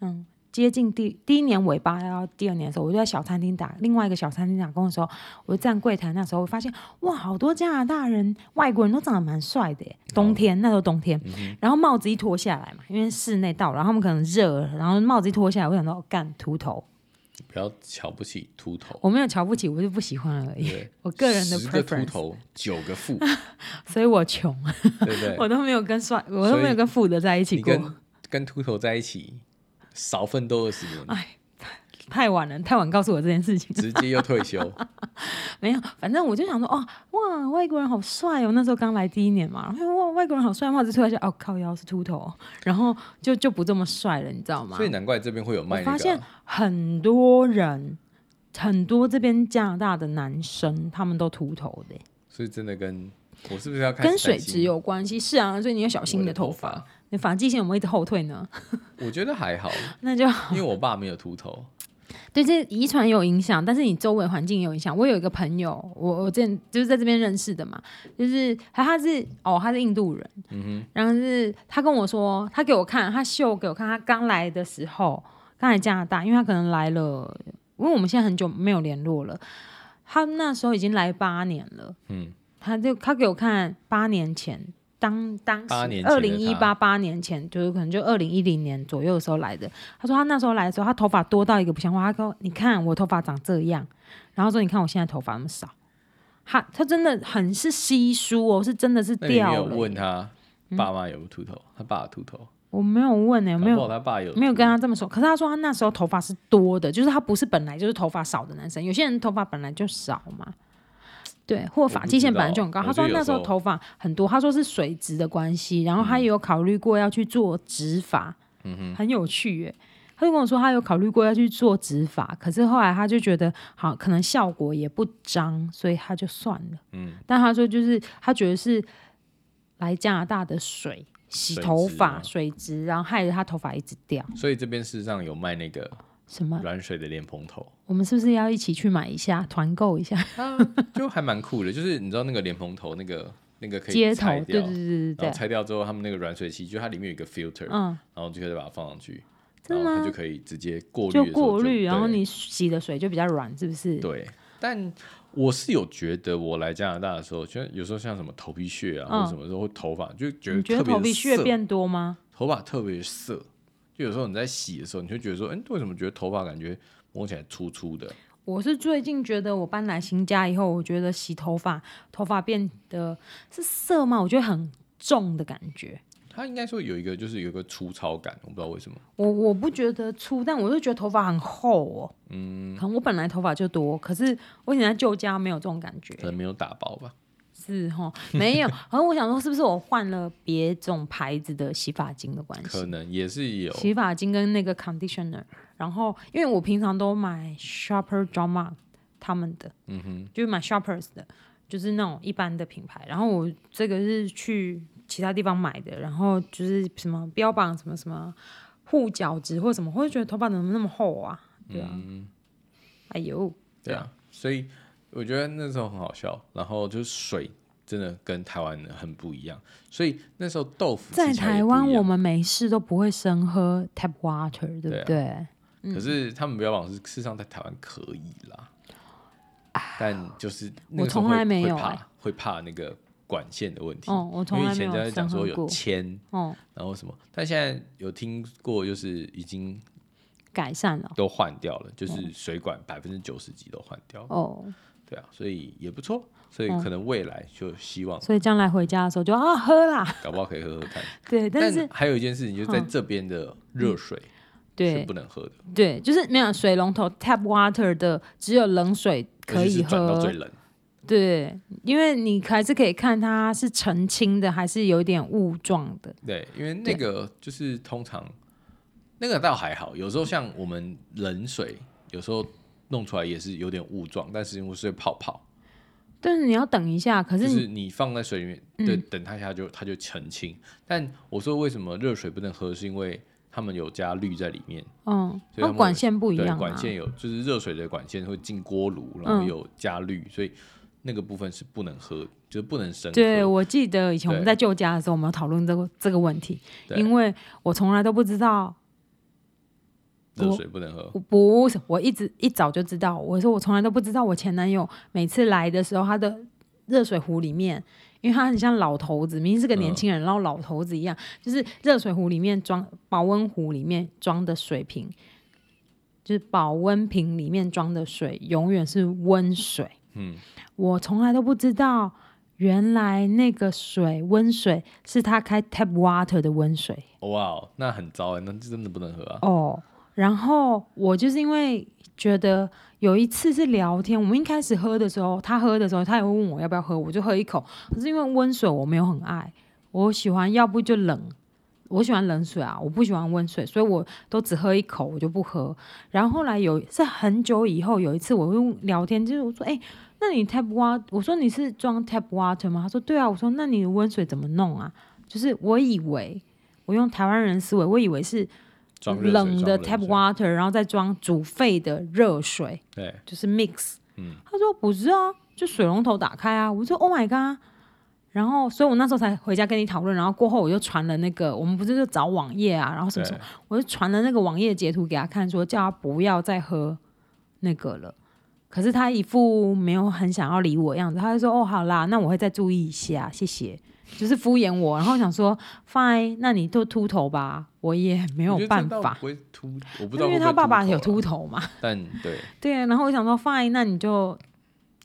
Speaker 2: 嗯，接近第第一年尾巴，然后第二年的时候，我就在小餐厅打另外一个小餐厅打工的时候，我站柜台那时候，我发现哇，好多加拿大人、外国人都长得蛮帅的耶，冬天、那时候冬天，然后帽子一脱下来嘛，因为室内到了，然后他们可能热了，然后帽子一脱下来，我想到哦干秃头，
Speaker 1: 不要瞧不起秃头，
Speaker 2: 我没有瞧不起，我就不喜欢而已。
Speaker 1: 对，
Speaker 2: [laughs] 我个人的
Speaker 1: 十个秃
Speaker 2: preference，
Speaker 1: 头九个
Speaker 2: [laughs]
Speaker 1: 富，
Speaker 2: 所以我穷，啊
Speaker 1: 对不对？
Speaker 2: 我都没有跟帅，我
Speaker 1: 所
Speaker 2: 都
Speaker 1: 以
Speaker 2: 没有跟富的在一起
Speaker 1: 你
Speaker 2: 过，
Speaker 1: 跟跟秃头在一起，少奋斗二十年，
Speaker 2: 哎太晚了，太晚告诉我这件事情。
Speaker 1: 直接又退
Speaker 2: [laughs]
Speaker 1: 休。
Speaker 2: 没有，反正我就想说，哦，哇，外国人好帅哦！那时候刚来第一年嘛，然后哇，外国人好帅，帽子脱下去，哦，靠腰是秃头，然后就就不这么帅了，你知道吗
Speaker 1: 所？以难怪这边会有卖
Speaker 2: 我
Speaker 1: 那
Speaker 2: 发
Speaker 1: 个
Speaker 2: 现
Speaker 1: 啊
Speaker 2: 很多人，很多这边加拿大的男生，他们都秃头的，
Speaker 1: 所以真的跟我是不是要开始
Speaker 2: 跟水
Speaker 1: 担心
Speaker 2: 质有关系。是啊，所以你要小心你的头
Speaker 1: 我的
Speaker 2: 发，你 [laughs] 发际线有没有一直后退呢？ [laughs]
Speaker 1: 我觉得还好，
Speaker 2: 那就
Speaker 1: 因为我爸没有秃头，
Speaker 2: 对，这遗传有影响，但是你周围环境也有影响。我有一个朋友，我我之前就是在这边认识的嘛，就是他他是哦他是印度人，嗯、然后是他跟我说，他给我看，他秀给我看，他刚来的时候，刚来加拿大，因为他可能来了，因为我们现在很久没有联络了，他那时候已经来八年了，
Speaker 1: 嗯
Speaker 2: 嗯，他就他给我看八年前。当当
Speaker 1: 八年
Speaker 2: 时
Speaker 1: 前
Speaker 2: 二
Speaker 1: 的
Speaker 2: 零一
Speaker 1: 他
Speaker 2: 八八年前，就是可能就二零一零年左右的时候来的，他说他那时候来的时候，他头发多到一个不像话。他说：“你看我头发长这样。”然后说：“你看我现在头发那么少。他”他真的很是稀疏哦，是真的是
Speaker 1: 那你
Speaker 2: 掉
Speaker 1: 没
Speaker 2: 了
Speaker 1: 有
Speaker 2: 耶。
Speaker 1: 问他爸妈有没有秃头？他爸有秃头，
Speaker 2: 我没有问呢、我没
Speaker 1: 搞
Speaker 2: 有
Speaker 1: 不好他爸有
Speaker 2: 没有
Speaker 1: 秃
Speaker 2: 跟他这么说。可是他说他那时候头发是多的，就是他不是本来就是头发少的男生。有些人头发本来就少嘛，对，或发
Speaker 1: 不
Speaker 2: 际线
Speaker 1: 知
Speaker 2: 本来就
Speaker 1: 道
Speaker 2: 很高。
Speaker 1: 我
Speaker 2: 他
Speaker 1: 就
Speaker 2: 说
Speaker 1: 有
Speaker 2: 那
Speaker 1: 时
Speaker 2: 时候
Speaker 1: 候
Speaker 2: 头发很多，他说是水质的关系，然后他也有考虑过要去做植发，嗯、很有趣耶。他就跟我说，他有考虑过要去做植发，可是后来他就觉得好，可能效果也不彰，所以他就算了。
Speaker 1: 嗯，
Speaker 2: 但他说就是他觉得是来加拿大的水洗
Speaker 1: 水
Speaker 2: 头
Speaker 1: 质啊
Speaker 2: 发
Speaker 1: 吗
Speaker 2: 水质，然后害得他头发一直掉。
Speaker 1: 所以这边事实上有卖那个
Speaker 2: 什么？
Speaker 1: 软水的莲蓬头，
Speaker 2: 我们是不是要一起去买一下，团购一下？
Speaker 1: 啊就还蛮酷的。就是你知道那个莲蓬头那个那个可以
Speaker 2: 街头
Speaker 1: 拆，
Speaker 2: 对对
Speaker 1: 掉，
Speaker 2: 对对
Speaker 1: 然
Speaker 2: 对
Speaker 1: 后
Speaker 2: 对，
Speaker 1: 拆掉之后，他们那个软水器就它里面有一个 filter，
Speaker 2: 嗯，
Speaker 1: 然后就可以把它放上去，
Speaker 2: 真
Speaker 1: 然
Speaker 2: 的
Speaker 1: 后它就
Speaker 2: 吗？
Speaker 1: 可以直接过滤
Speaker 2: 就
Speaker 1: 的时候
Speaker 2: 过滤，然后
Speaker 1: 对
Speaker 2: 你洗的水就比较软，是不是？
Speaker 1: 对，但我是有觉得，我来加拿大的时候，就有时候像什么头皮屑啊，
Speaker 2: 嗯
Speaker 1: 或者什么时候会头发，就觉
Speaker 2: 你
Speaker 1: 得
Speaker 2: 觉
Speaker 1: 特
Speaker 2: 得
Speaker 1: 别
Speaker 2: 头皮屑
Speaker 1: 涩
Speaker 2: 变多吗？
Speaker 1: 头发特别涩。就有时候你在洗的时候，你就觉得说，哎、为什么觉得头发感觉摸起来粗粗的？
Speaker 2: 我是最近觉得我搬来新家以后，我觉得洗头发头发变得是色吗？我觉得很重的感觉。
Speaker 1: 它应该说有一个就是有一个粗糙感，我不知道为什么。
Speaker 2: 我我不觉得粗，但我就觉得头发很厚哦。嗯，可能我本来头发就多，可是我以前在旧家没有这种感觉，
Speaker 1: 可能没有打包吧。
Speaker 2: 是哈，没有。然后我想说，是不是我换了别种牌子的洗发精的关
Speaker 1: 可
Speaker 2: 系？
Speaker 1: 能也是有，
Speaker 2: 洗发精跟那个 conditioner，然后因为我平常都买 Sharper Drama 他们的，
Speaker 1: 嗯哼，
Speaker 2: 就是买 Shoppers 的，就是那种一般的品牌。然后我这个是去其他地方买的，然后就是什么标榜什么什么护角质或什么，我会觉得头发怎么那么厚啊？对啊，
Speaker 1: 嗯
Speaker 2: 哎呦，
Speaker 1: 对啊，所以我觉得那时候很好笑。然后就是水真的跟台湾的很不一样，所以那时候豆腐
Speaker 2: 在
Speaker 1: 吃起来也
Speaker 2: 台
Speaker 1: 不
Speaker 2: 湾
Speaker 1: 一样
Speaker 2: 我们没事都不会生喝 tap water，对
Speaker 1: 对啊
Speaker 2: 不对？嗯
Speaker 1: 可是他们标榜是，事实上在台湾可以啦，但就是那
Speaker 2: 啊我
Speaker 1: 个时候
Speaker 2: 从
Speaker 1: 会
Speaker 2: 来没有
Speaker 1: 会
Speaker 2: 哎
Speaker 1: 怕会怕那个管线的问题。
Speaker 2: 哦我从
Speaker 1: 因为
Speaker 2: 来
Speaker 1: 以前
Speaker 2: 没有
Speaker 1: 在讲说
Speaker 2: 生喝
Speaker 1: 有
Speaker 2: 过
Speaker 1: 铅，
Speaker 2: 哦、
Speaker 1: 然后什么，但现在有听过就是已经
Speaker 2: 改善了
Speaker 1: 都换掉了，就是水管百分之九十几都换掉了，
Speaker 2: 哦，
Speaker 1: 对啊，所以也不错，所以
Speaker 2: 嗯
Speaker 1: 可能未来就希望 [laughs]
Speaker 2: 所以将来回家的时候就啊喝啦， [laughs]
Speaker 1: 搞不好可以喝喝看。
Speaker 2: 对，但是嗯
Speaker 1: 还有一件事情，就是在这边的热水是
Speaker 2: 对
Speaker 1: 不能喝的，
Speaker 2: 对，就是没有水龙头 tap water 的，只有冷水可
Speaker 1: 而且是
Speaker 2: 以
Speaker 1: 转到
Speaker 2: 喝
Speaker 1: 最，冷。
Speaker 2: 对，因为你还是可以看它是澄清的，还是有点雾状的，
Speaker 1: 对，因为那个就是通常那个倒还好，有时候像我们冷水，有时候弄出来也是有点雾状，但是因为是泡泡，
Speaker 2: 但是你要等一下，可
Speaker 1: 就是
Speaker 2: 你、嗯
Speaker 1: 是你放在水里面，对，等它一下就它就澄清。但我说为什么热水不能喝，是因为他们有加氯在里面，
Speaker 2: 嗯，
Speaker 1: 所以他
Speaker 2: 那
Speaker 1: 们
Speaker 2: 管线不一
Speaker 1: 对，
Speaker 2: 样
Speaker 1: 管
Speaker 2: 啊，
Speaker 1: 线有就是热水的管线会进锅炉，然后
Speaker 2: 嗯
Speaker 1: 有加氯，所以那个部分是不能喝，就是不能生喝。
Speaker 2: 对，我记得以前我们
Speaker 1: 对
Speaker 2: 在旧家的时候，我们有讨论这个这个问题，
Speaker 1: 对
Speaker 2: 因为我从来都不知道，
Speaker 1: 热水不能喝，
Speaker 2: 我不是，我一直一早就知道，我说我从来都不知道，我前男友每次来的时候，他的热水壶里面，因为他很像老头子，明明是个年轻人，然后老头子一样，就是热水壶里面装保温壶里面装的水瓶，就是保温瓶里面装的水永远是温水。
Speaker 1: 嗯，
Speaker 2: 我从来都不知道，原来那个水温水是他开 tap water 的温水
Speaker 1: 哇哦，那很糟哎、那真的不能喝啊。
Speaker 2: 哦。然后我就是因为觉得有一次是聊天，我们一开始喝的时候，他喝的时候，他也会问我要不要喝，我就喝一口。可是因为温水我没有很爱，我喜欢要不就冷，我喜欢冷水啊，我不喜欢温水，所以我都只喝一口，我就不喝。然后后来有是很久以后有一次，我用聊天，就是我说，哎、那你 tap water，我说你是装 tap water 吗？他说对啊，我说那你的温水怎么弄啊？就是我以为我用台湾人思维，我以为是
Speaker 1: 装热水
Speaker 2: 冷的
Speaker 1: 装
Speaker 2: tap
Speaker 1: 水
Speaker 2: water，然后再装煮沸的热水，
Speaker 1: 对，
Speaker 2: 就是 mix。他
Speaker 1: 嗯
Speaker 2: 说不是啊，就水龙头打开啊。我就 Oh my god！然后，所以我那时候才回家跟你讨论，然后过后我又传了那个，我们不是就找网页啊，然后什么什么，我就传了那个网页截图给他看，说叫他不要再喝那个了。可是他一副没有很想要理我的样子，他就说：“哦，好啦，那我会再注意一下，谢谢。”就是敷衍我，然后我想说，fine，那你就秃头吧，我也没
Speaker 1: 没
Speaker 2: 有办法，
Speaker 1: 不会秃，我不知道
Speaker 2: 因
Speaker 1: 会
Speaker 2: 为
Speaker 1: 不
Speaker 2: 他
Speaker 1: 会
Speaker 2: 爸爸有
Speaker 1: 头
Speaker 2: 秃
Speaker 1: 啦，
Speaker 2: 头嘛，
Speaker 1: 但对
Speaker 2: 对，然后我想说，fine，那你就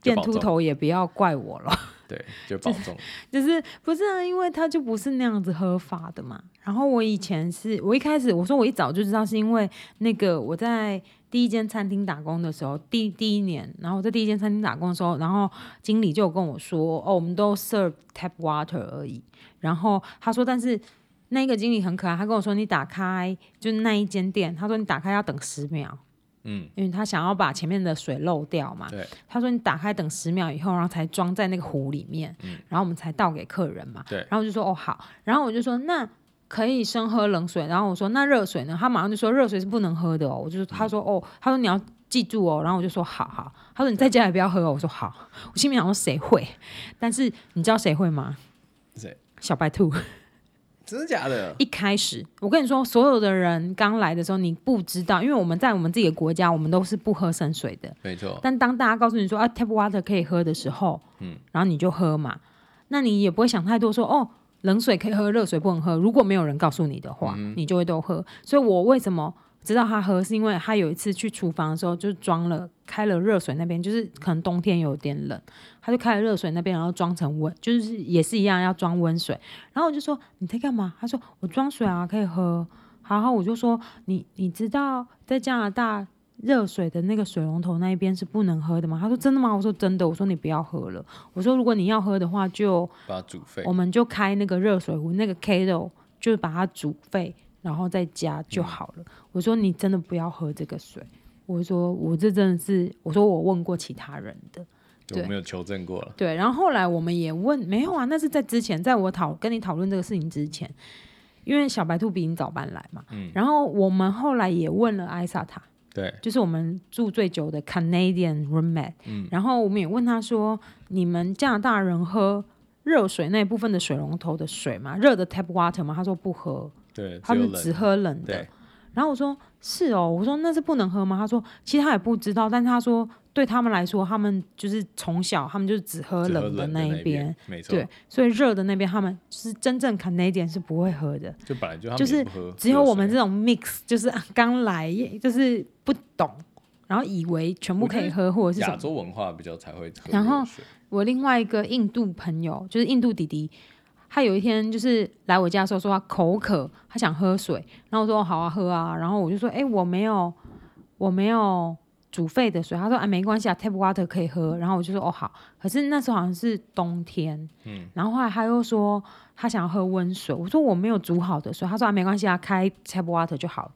Speaker 1: 就
Speaker 2: 变
Speaker 1: 保
Speaker 2: 秃
Speaker 1: 重
Speaker 2: 头也不要怪我了， [laughs]
Speaker 1: 对，就保重。
Speaker 2: 就是不是啊？因为他就不是那样子合法的嘛。然后我以前是我一开始我说我一早就知道，是因为那个我在第一间餐厅打工的时候，第第一年，然后我在第一间餐厅打工的时候，然后经理就有跟我说，哦，我们都 serve tap water 而已。然后他说，但是。那个经理很可爱，他跟我说：“你打开就是那一间店，他说你打开要等十秒，
Speaker 1: 嗯，
Speaker 2: 因为他想要把前面的水漏掉嘛。
Speaker 1: 对
Speaker 2: 他说你打开等十秒以后，然后才装在那个壶里面，然后我们才倒给客人嘛。
Speaker 1: 嗯对
Speaker 2: 然后我就说哦好，然后我就说那可以生喝冷水，然后我说那热水呢？他马上就说热水是不能喝的哦。
Speaker 1: 嗯
Speaker 2: 我就他说哦，他说你要记住哦，然后我就说好好。他说你在家也不要喝哦。我说好，我心里想说谁会？但是你知道谁会吗？
Speaker 1: 谁？
Speaker 2: 小白兔。
Speaker 1: 真的假的？
Speaker 2: 一开始，我跟你说，所有的人刚来的时候，你不知道，因为我们在我们自己的国家，我们都是不喝生水的。
Speaker 1: 没错，
Speaker 2: 但当大家告诉你说啊，tap water 可以喝的时候，嗯，然后你就喝嘛，那你也不会想太多说，哦，冷水可以喝，热水不能喝。如果没有人告诉你的话，你就会都喝。所以我为什么知道他喝，是因为他有一次去厨房的时候，就装了开了热水那边，就是可能冬天有点冷，他就开了热水那边，然后装成温，就是也是一样要装温水。然后我就说你在干嘛？他说我装水啊，可以喝。然后我就说你你知道在加拿大热水的那个水龙头那一边是不能喝的吗？他说真的吗？我说真的。我说你不要喝了。我说如果你要喝的话就，
Speaker 1: 把它煮沸
Speaker 2: 我。们就开那个热水壶，那个 kettle 就把它煮沸，然后再加就好了。我说你真的不要喝这个水。我说我这真的是，我说我问过其他人的，
Speaker 1: 就我没有求证过了。
Speaker 2: 对，然后后来我们也问，没有啊，那是在之前，在我讨跟你讨论这个事情之前，因为小白兔比你早搬来嘛，然后我们后来也问了艾萨塔，
Speaker 1: 对，
Speaker 2: 就是我们住最久的 Canadian roommate，、
Speaker 1: 嗯
Speaker 2: 然后我们也问他说，你们加拿大人喝热水那一部分的水龙头的水吗？热的 tap water 吗？他说不喝，
Speaker 1: 对，
Speaker 2: 他
Speaker 1: 有
Speaker 2: 们
Speaker 1: 冷
Speaker 2: 只喝冷的
Speaker 1: 对。，
Speaker 2: 然后我说是哦，我说那是不能喝吗？他说其实他也不知道，但他说对他们来说，他们就是从小他们就是只喝
Speaker 1: 只喝
Speaker 2: 冷的
Speaker 1: 冷
Speaker 2: 那
Speaker 1: 一
Speaker 2: 一边，，
Speaker 1: 没错，
Speaker 2: 对，所以热的那边他们就是真正 Canadian 是不会喝的，
Speaker 1: 就本来就他
Speaker 2: 就
Speaker 1: 们
Speaker 2: 是
Speaker 1: 也不喝
Speaker 2: 只有
Speaker 1: 热
Speaker 2: 我们
Speaker 1: 水
Speaker 2: 这种 mix 就是啊刚来就是不懂，然后以为全部
Speaker 1: 我觉
Speaker 2: 可以
Speaker 1: 得
Speaker 2: 喝或者是什
Speaker 1: 亚
Speaker 2: 么。
Speaker 1: 洲文化比较才会喝
Speaker 2: 然
Speaker 1: 热
Speaker 2: 后
Speaker 1: 水
Speaker 2: 我另外一个印度朋友，就是印度弟弟，他有一天就是来我家的时候说他口渴，他想喝水，然后我说哦好啊喝啊，然后我就说哎、我没有我没有煮沸的水，他说啊没关系啊 tap water 可以喝，然后我就说哦好，可是那时候好像是冬天，嗯，然后后来他又说他想要喝温水，我说我没有煮好的水，他说啊没关系啊开 tap water 就好了，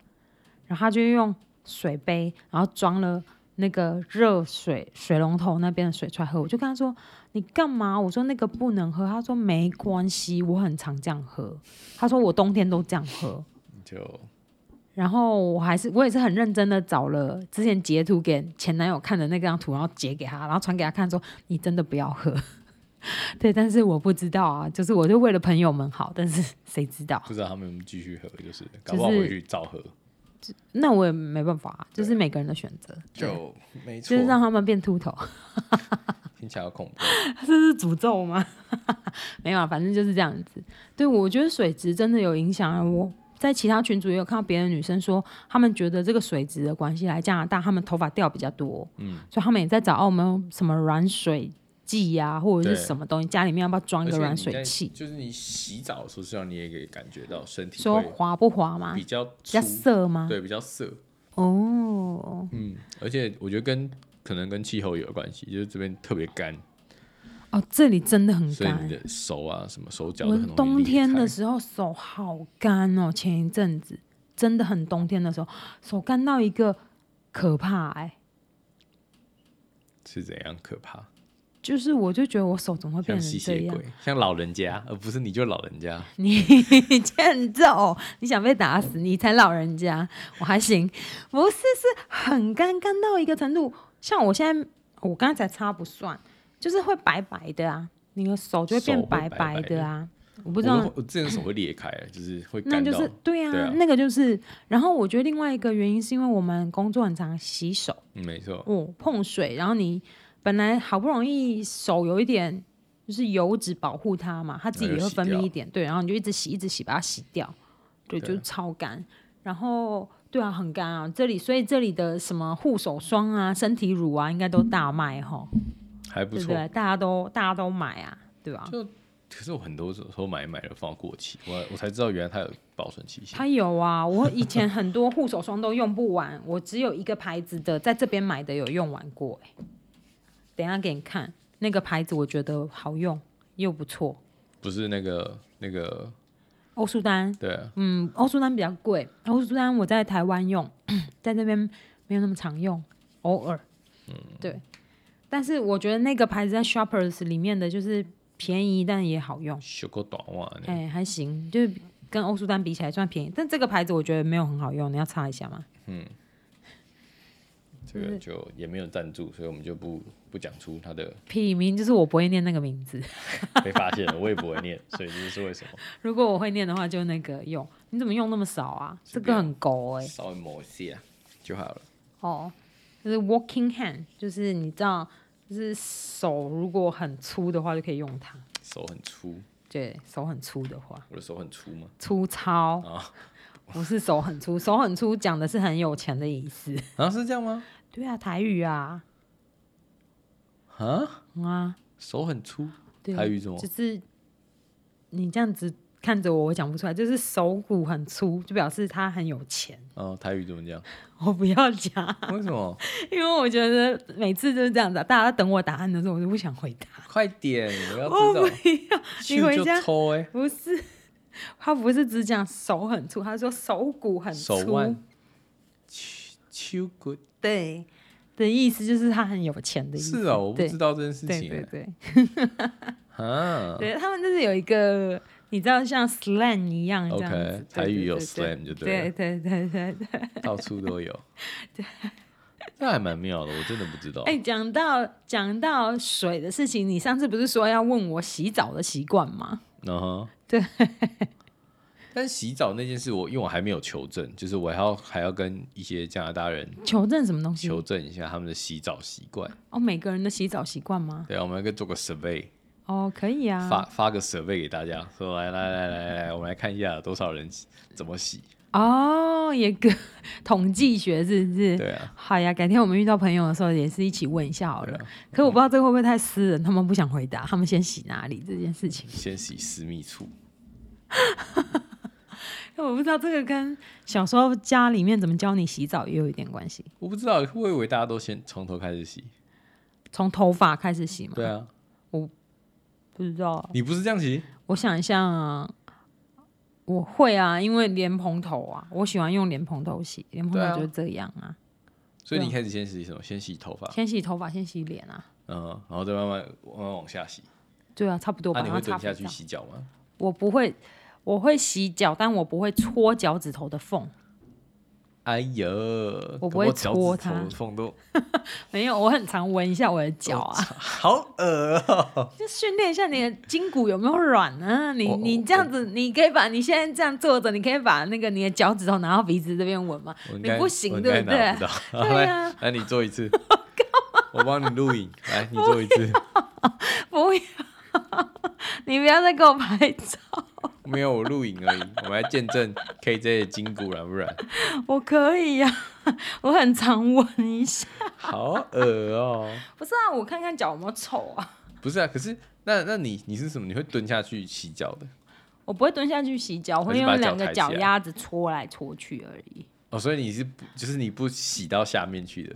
Speaker 2: 然后他就用水杯，然后装了。那个热水水龙头那边的水出来喝，我就跟他说：“你干嘛？”我说：“那个不能喝。”他说：“没关系，我很常这样喝。”他说：“我冬天都这样喝。
Speaker 1: 就”
Speaker 2: 然后我还是我也是很认真的找了之前截图给前男友看的那张图，然后截给他，然后传给他看说：“你真的不要喝。” [laughs] 对，但是我不知道啊，就是我就为了朋友们好，但是谁知道？
Speaker 1: 不知道他们有没有继续喝，就是搞
Speaker 2: 就
Speaker 1: 不好回
Speaker 2: 是
Speaker 1: 去照喝，
Speaker 2: 那我也没办法、啊，就是
Speaker 1: 对
Speaker 2: 每个人的选择，对
Speaker 1: 就没错
Speaker 2: 就是，让他们变秃头。
Speaker 1: 听起来好恐怖。
Speaker 2: 这是诅咒吗？ [laughs] 没有啊，反正就是这样子。对，我觉得水质真的有影响啊。我在其他群组也有看到别的女生说，她们觉得这个水质的关系来加拿大，她们头发掉比较多，嗯，所以她们也在找澳门什么软水剂呀、或者是
Speaker 1: 对
Speaker 2: 什么东西，家里面要不要装
Speaker 1: 而且
Speaker 2: 一个软
Speaker 1: 你
Speaker 2: 水
Speaker 1: 在
Speaker 2: 器，
Speaker 1: 就是你洗澡的时候，实际上你也可以感觉到身体
Speaker 2: 说
Speaker 1: 会
Speaker 2: 滑不滑吗？
Speaker 1: 比
Speaker 2: 比
Speaker 1: 较粗
Speaker 2: 较，涩吗？
Speaker 1: 对，比较涩。
Speaker 2: 哦，
Speaker 1: 嗯，而且我觉得跟可能跟气候有关系，就是这边特别干，
Speaker 2: 哦，这里真的很
Speaker 1: 所以你
Speaker 2: 干。
Speaker 1: 的手啊什么手脚都
Speaker 2: 我
Speaker 1: 很容易
Speaker 2: 冬
Speaker 1: 裂
Speaker 2: 天
Speaker 1: 开
Speaker 2: 的时候手好干哦，前一阵子真的很冬天的时候，手干到一个可怕哎、
Speaker 1: 是怎样可怕？
Speaker 2: 就是我就觉得我手怎么会变
Speaker 1: 像
Speaker 2: 成
Speaker 1: 吸
Speaker 2: 这
Speaker 1: 血
Speaker 2: 样？
Speaker 1: 鬼，像老人家，而不是你就老人家。
Speaker 2: 你欠揍！你想被打死，你才老人家，我还行，不是是很干干到一个程度，像我现在我刚才擦不算，就是会白白的啊，你的手就会变
Speaker 1: 手会白
Speaker 2: 白
Speaker 1: 白
Speaker 2: 的啊，我不
Speaker 1: 我
Speaker 2: 知道
Speaker 1: 都我之前手会裂开，就是会
Speaker 2: 那
Speaker 1: 干
Speaker 2: 就
Speaker 1: 到
Speaker 2: 是对啊，
Speaker 1: 对啊
Speaker 2: 那个就是。然后我觉得另外一个原因是因为我们工作很常洗手，
Speaker 1: 嗯没错，
Speaker 2: 哦，碰水，然后你本来好不容易手有一点就是油脂保护它嘛，它自己
Speaker 1: 然后
Speaker 2: 也
Speaker 1: 就
Speaker 2: 会
Speaker 1: 洗
Speaker 2: 分泌
Speaker 1: 掉
Speaker 2: 一点，对，然后你就一直洗，一直洗，把它洗掉，对，
Speaker 1: 对啊
Speaker 2: 就超干。然后对啊，很干啊，这里所以这里的什么护手霜啊、身体乳啊，应该都大卖哈，
Speaker 1: 还嗯不
Speaker 2: 对不
Speaker 1: 错。
Speaker 2: 对？大家都大家都买啊，对吧、
Speaker 1: 就可是我很多时候买买了放过期，我我才知道原来它有保存期限。
Speaker 2: 它有啊，我以前很多护手霜都用不完， [laughs] 我只有一个牌子的，在这边买的有用完过、欸。等一下给你看那个牌子，我觉得好用又不错。
Speaker 1: 不是那个那个
Speaker 2: 欧舒丹，
Speaker 1: 对啊，
Speaker 2: 嗯，欧舒丹比较贵，欧舒丹我在台湾用， [clears throat] 在这边没有那么常用，偶尔。对。但是我觉得那个牌子在 Shoppers 里面的就是便宜，但也好用。
Speaker 1: 修个短袜呢，
Speaker 2: 哎、还行，就是跟欧舒丹比起来算便宜，但这个牌子我觉得没有很好用，你要擦一下吗？
Speaker 1: 这个就也没有赞助，所以我们就不不讲出它的
Speaker 2: 品名就是我不会念那个名字， [laughs]
Speaker 1: 被发现了，我也不会念，所以这就是为什么
Speaker 2: 如果我会念的话，就那个用。你怎么用那么少啊？这个很狗哎、
Speaker 1: 稍微抹一下就好了。
Speaker 2: 哦，就是 walking hand，就是你知道，就是手如果很粗的话就可以用它。
Speaker 1: 手很粗，
Speaker 2: 对手很粗的话，
Speaker 1: 我的手很粗吗？
Speaker 2: 粗糙。不是手很粗，手很粗讲的是很有钱的意思。
Speaker 1: 啊，是这样吗？
Speaker 2: 对啊，台语啊，
Speaker 1: 啊，
Speaker 2: 嗯啊，
Speaker 1: 手很粗，
Speaker 2: 对，
Speaker 1: 台语怎么
Speaker 2: 就是你这样子看着我，我讲不出来，就是手骨很粗，就表示他很有钱。
Speaker 1: 哦，台语怎么讲？
Speaker 2: 我不要讲，
Speaker 1: 为什
Speaker 2: [laughs]
Speaker 1: 么？
Speaker 2: 因为我觉得每次就是这样子啊，大家等我答案的时候，我就不想回答。
Speaker 1: 快点， [laughs] 我要
Speaker 2: 我
Speaker 1: 知
Speaker 2: 不
Speaker 1: 道，
Speaker 2: 要，
Speaker 1: 去
Speaker 2: 你回
Speaker 1: 就
Speaker 2: 家
Speaker 1: 抽哎，
Speaker 2: 不是，他不是只讲手很粗，他说手骨很粗
Speaker 1: 手，腕，秋秋骨
Speaker 2: 对的意思就是他很有钱的意思。
Speaker 1: 是啊，我不
Speaker 2: 对
Speaker 1: 知道这件事
Speaker 2: 对
Speaker 1: 情
Speaker 2: 对
Speaker 1: 欸
Speaker 2: 对，
Speaker 1: 啊。
Speaker 2: 对他们就是有一个，你知道像 slang 一样这样子
Speaker 1: OK，
Speaker 2: 对
Speaker 1: 台
Speaker 2: 对
Speaker 1: 语有
Speaker 2: 对
Speaker 1: slam 就对
Speaker 2: 对
Speaker 1: 了，
Speaker 2: 对对对对。
Speaker 1: 到处都有。
Speaker 2: [laughs]
Speaker 1: 这还蛮妙的，我真的不知道。
Speaker 2: 哎，讲到讲到水的事情，你上次不是说要问我洗澡的习惯吗？
Speaker 1: 嗯哼，
Speaker 2: 对。
Speaker 1: [laughs] 但洗澡那件事我，因为我还没有求证，就是我还要还要跟一些加拿大人
Speaker 2: 求证什么东西？
Speaker 1: 求证一下他们的洗澡习惯。
Speaker 2: 哦，每个人的洗澡习惯吗？
Speaker 1: 对啊，我们要做个 survey，、
Speaker 2: 哦，可以啊。
Speaker 1: 发发个 survey 给大家，说来来来来来，我们来看一下有多少人怎么洗。
Speaker 2: 哦，也个统计学是不是？
Speaker 1: 对啊，
Speaker 2: 好呀，改天我们遇到朋友的时候也是一起问一下好
Speaker 1: 对
Speaker 2: 了。
Speaker 1: 啊，
Speaker 2: 可我不知道这个会不会太私人，他们不想回答，他们先洗哪里这件事
Speaker 1: [laughs]
Speaker 2: 情。
Speaker 1: 先洗私密处，
Speaker 2: 我不知道这个跟小时候家里面怎么教你洗澡也有一点关系，
Speaker 1: 我不知道，我以为大家都先从头开始洗。
Speaker 2: 从头发开始洗嘛。
Speaker 1: 对，啊，
Speaker 2: 不知道。
Speaker 1: 你不是这样洗？
Speaker 2: 我想一下、啊，我会啊，因为莲蓬头啊，我喜欢用莲蓬头洗，莲蓬
Speaker 1: 对啊
Speaker 2: 头就是这样啊，
Speaker 1: 所以
Speaker 2: 对啊
Speaker 1: 你一开始先洗什么？先洗头发，
Speaker 2: 先洗头发，先洗脸啊。
Speaker 1: 嗯，然后再慢慢慢慢往下洗。
Speaker 2: 对啊，差不多吧。
Speaker 1: 那、你
Speaker 2: 然后
Speaker 1: 会
Speaker 2: 擦
Speaker 1: 蹲
Speaker 2: 肥
Speaker 1: 下去
Speaker 2: 皂
Speaker 1: 洗脚吗？
Speaker 2: 我不会，我会洗脚，但我不会戳脚趾头的缝。
Speaker 1: 哎呦，
Speaker 2: 不
Speaker 1: 我
Speaker 2: 会戳它
Speaker 1: 缝都
Speaker 2: 没有，我很常闻一下我的脚啊，
Speaker 1: 好恶哦、
Speaker 2: 就训练一下你的筋骨有没有软啊。你
Speaker 1: 我
Speaker 2: 你这样子，你可以把你现在这样坐着，你可以把那个你的脚趾头拿到鼻子这边闻吗？
Speaker 1: 我应
Speaker 2: [laughs] 你
Speaker 1: 该
Speaker 2: 不行
Speaker 1: 我应该
Speaker 2: 对不
Speaker 1: 拿
Speaker 2: 对
Speaker 1: 不到
Speaker 2: [laughs] 对啊
Speaker 1: 来，来你做一
Speaker 2: [laughs]
Speaker 1: 次，我帮你录影，来你做一次。 [laughs]
Speaker 2: 不要，你不要 [laughs] 再给我拍照，
Speaker 1: 没有，我录影而已。我们来见证 KJ 的筋骨软不软？
Speaker 2: 我可以呀、我很常闻一下。
Speaker 1: 好恶哦、
Speaker 2: 不是啊，我看看脚有没有臭啊。
Speaker 1: 不是啊，可是那那你你是什么？你会蹲下去洗脚的
Speaker 2: 我不会蹲下去洗脚，我
Speaker 1: 还
Speaker 2: 会
Speaker 1: 是把脚
Speaker 2: 用两个
Speaker 1: 抬起
Speaker 2: 脚
Speaker 1: 来
Speaker 2: 丫子搓来搓去而已。
Speaker 1: 哦，所以你是不就是你不洗到下面去的？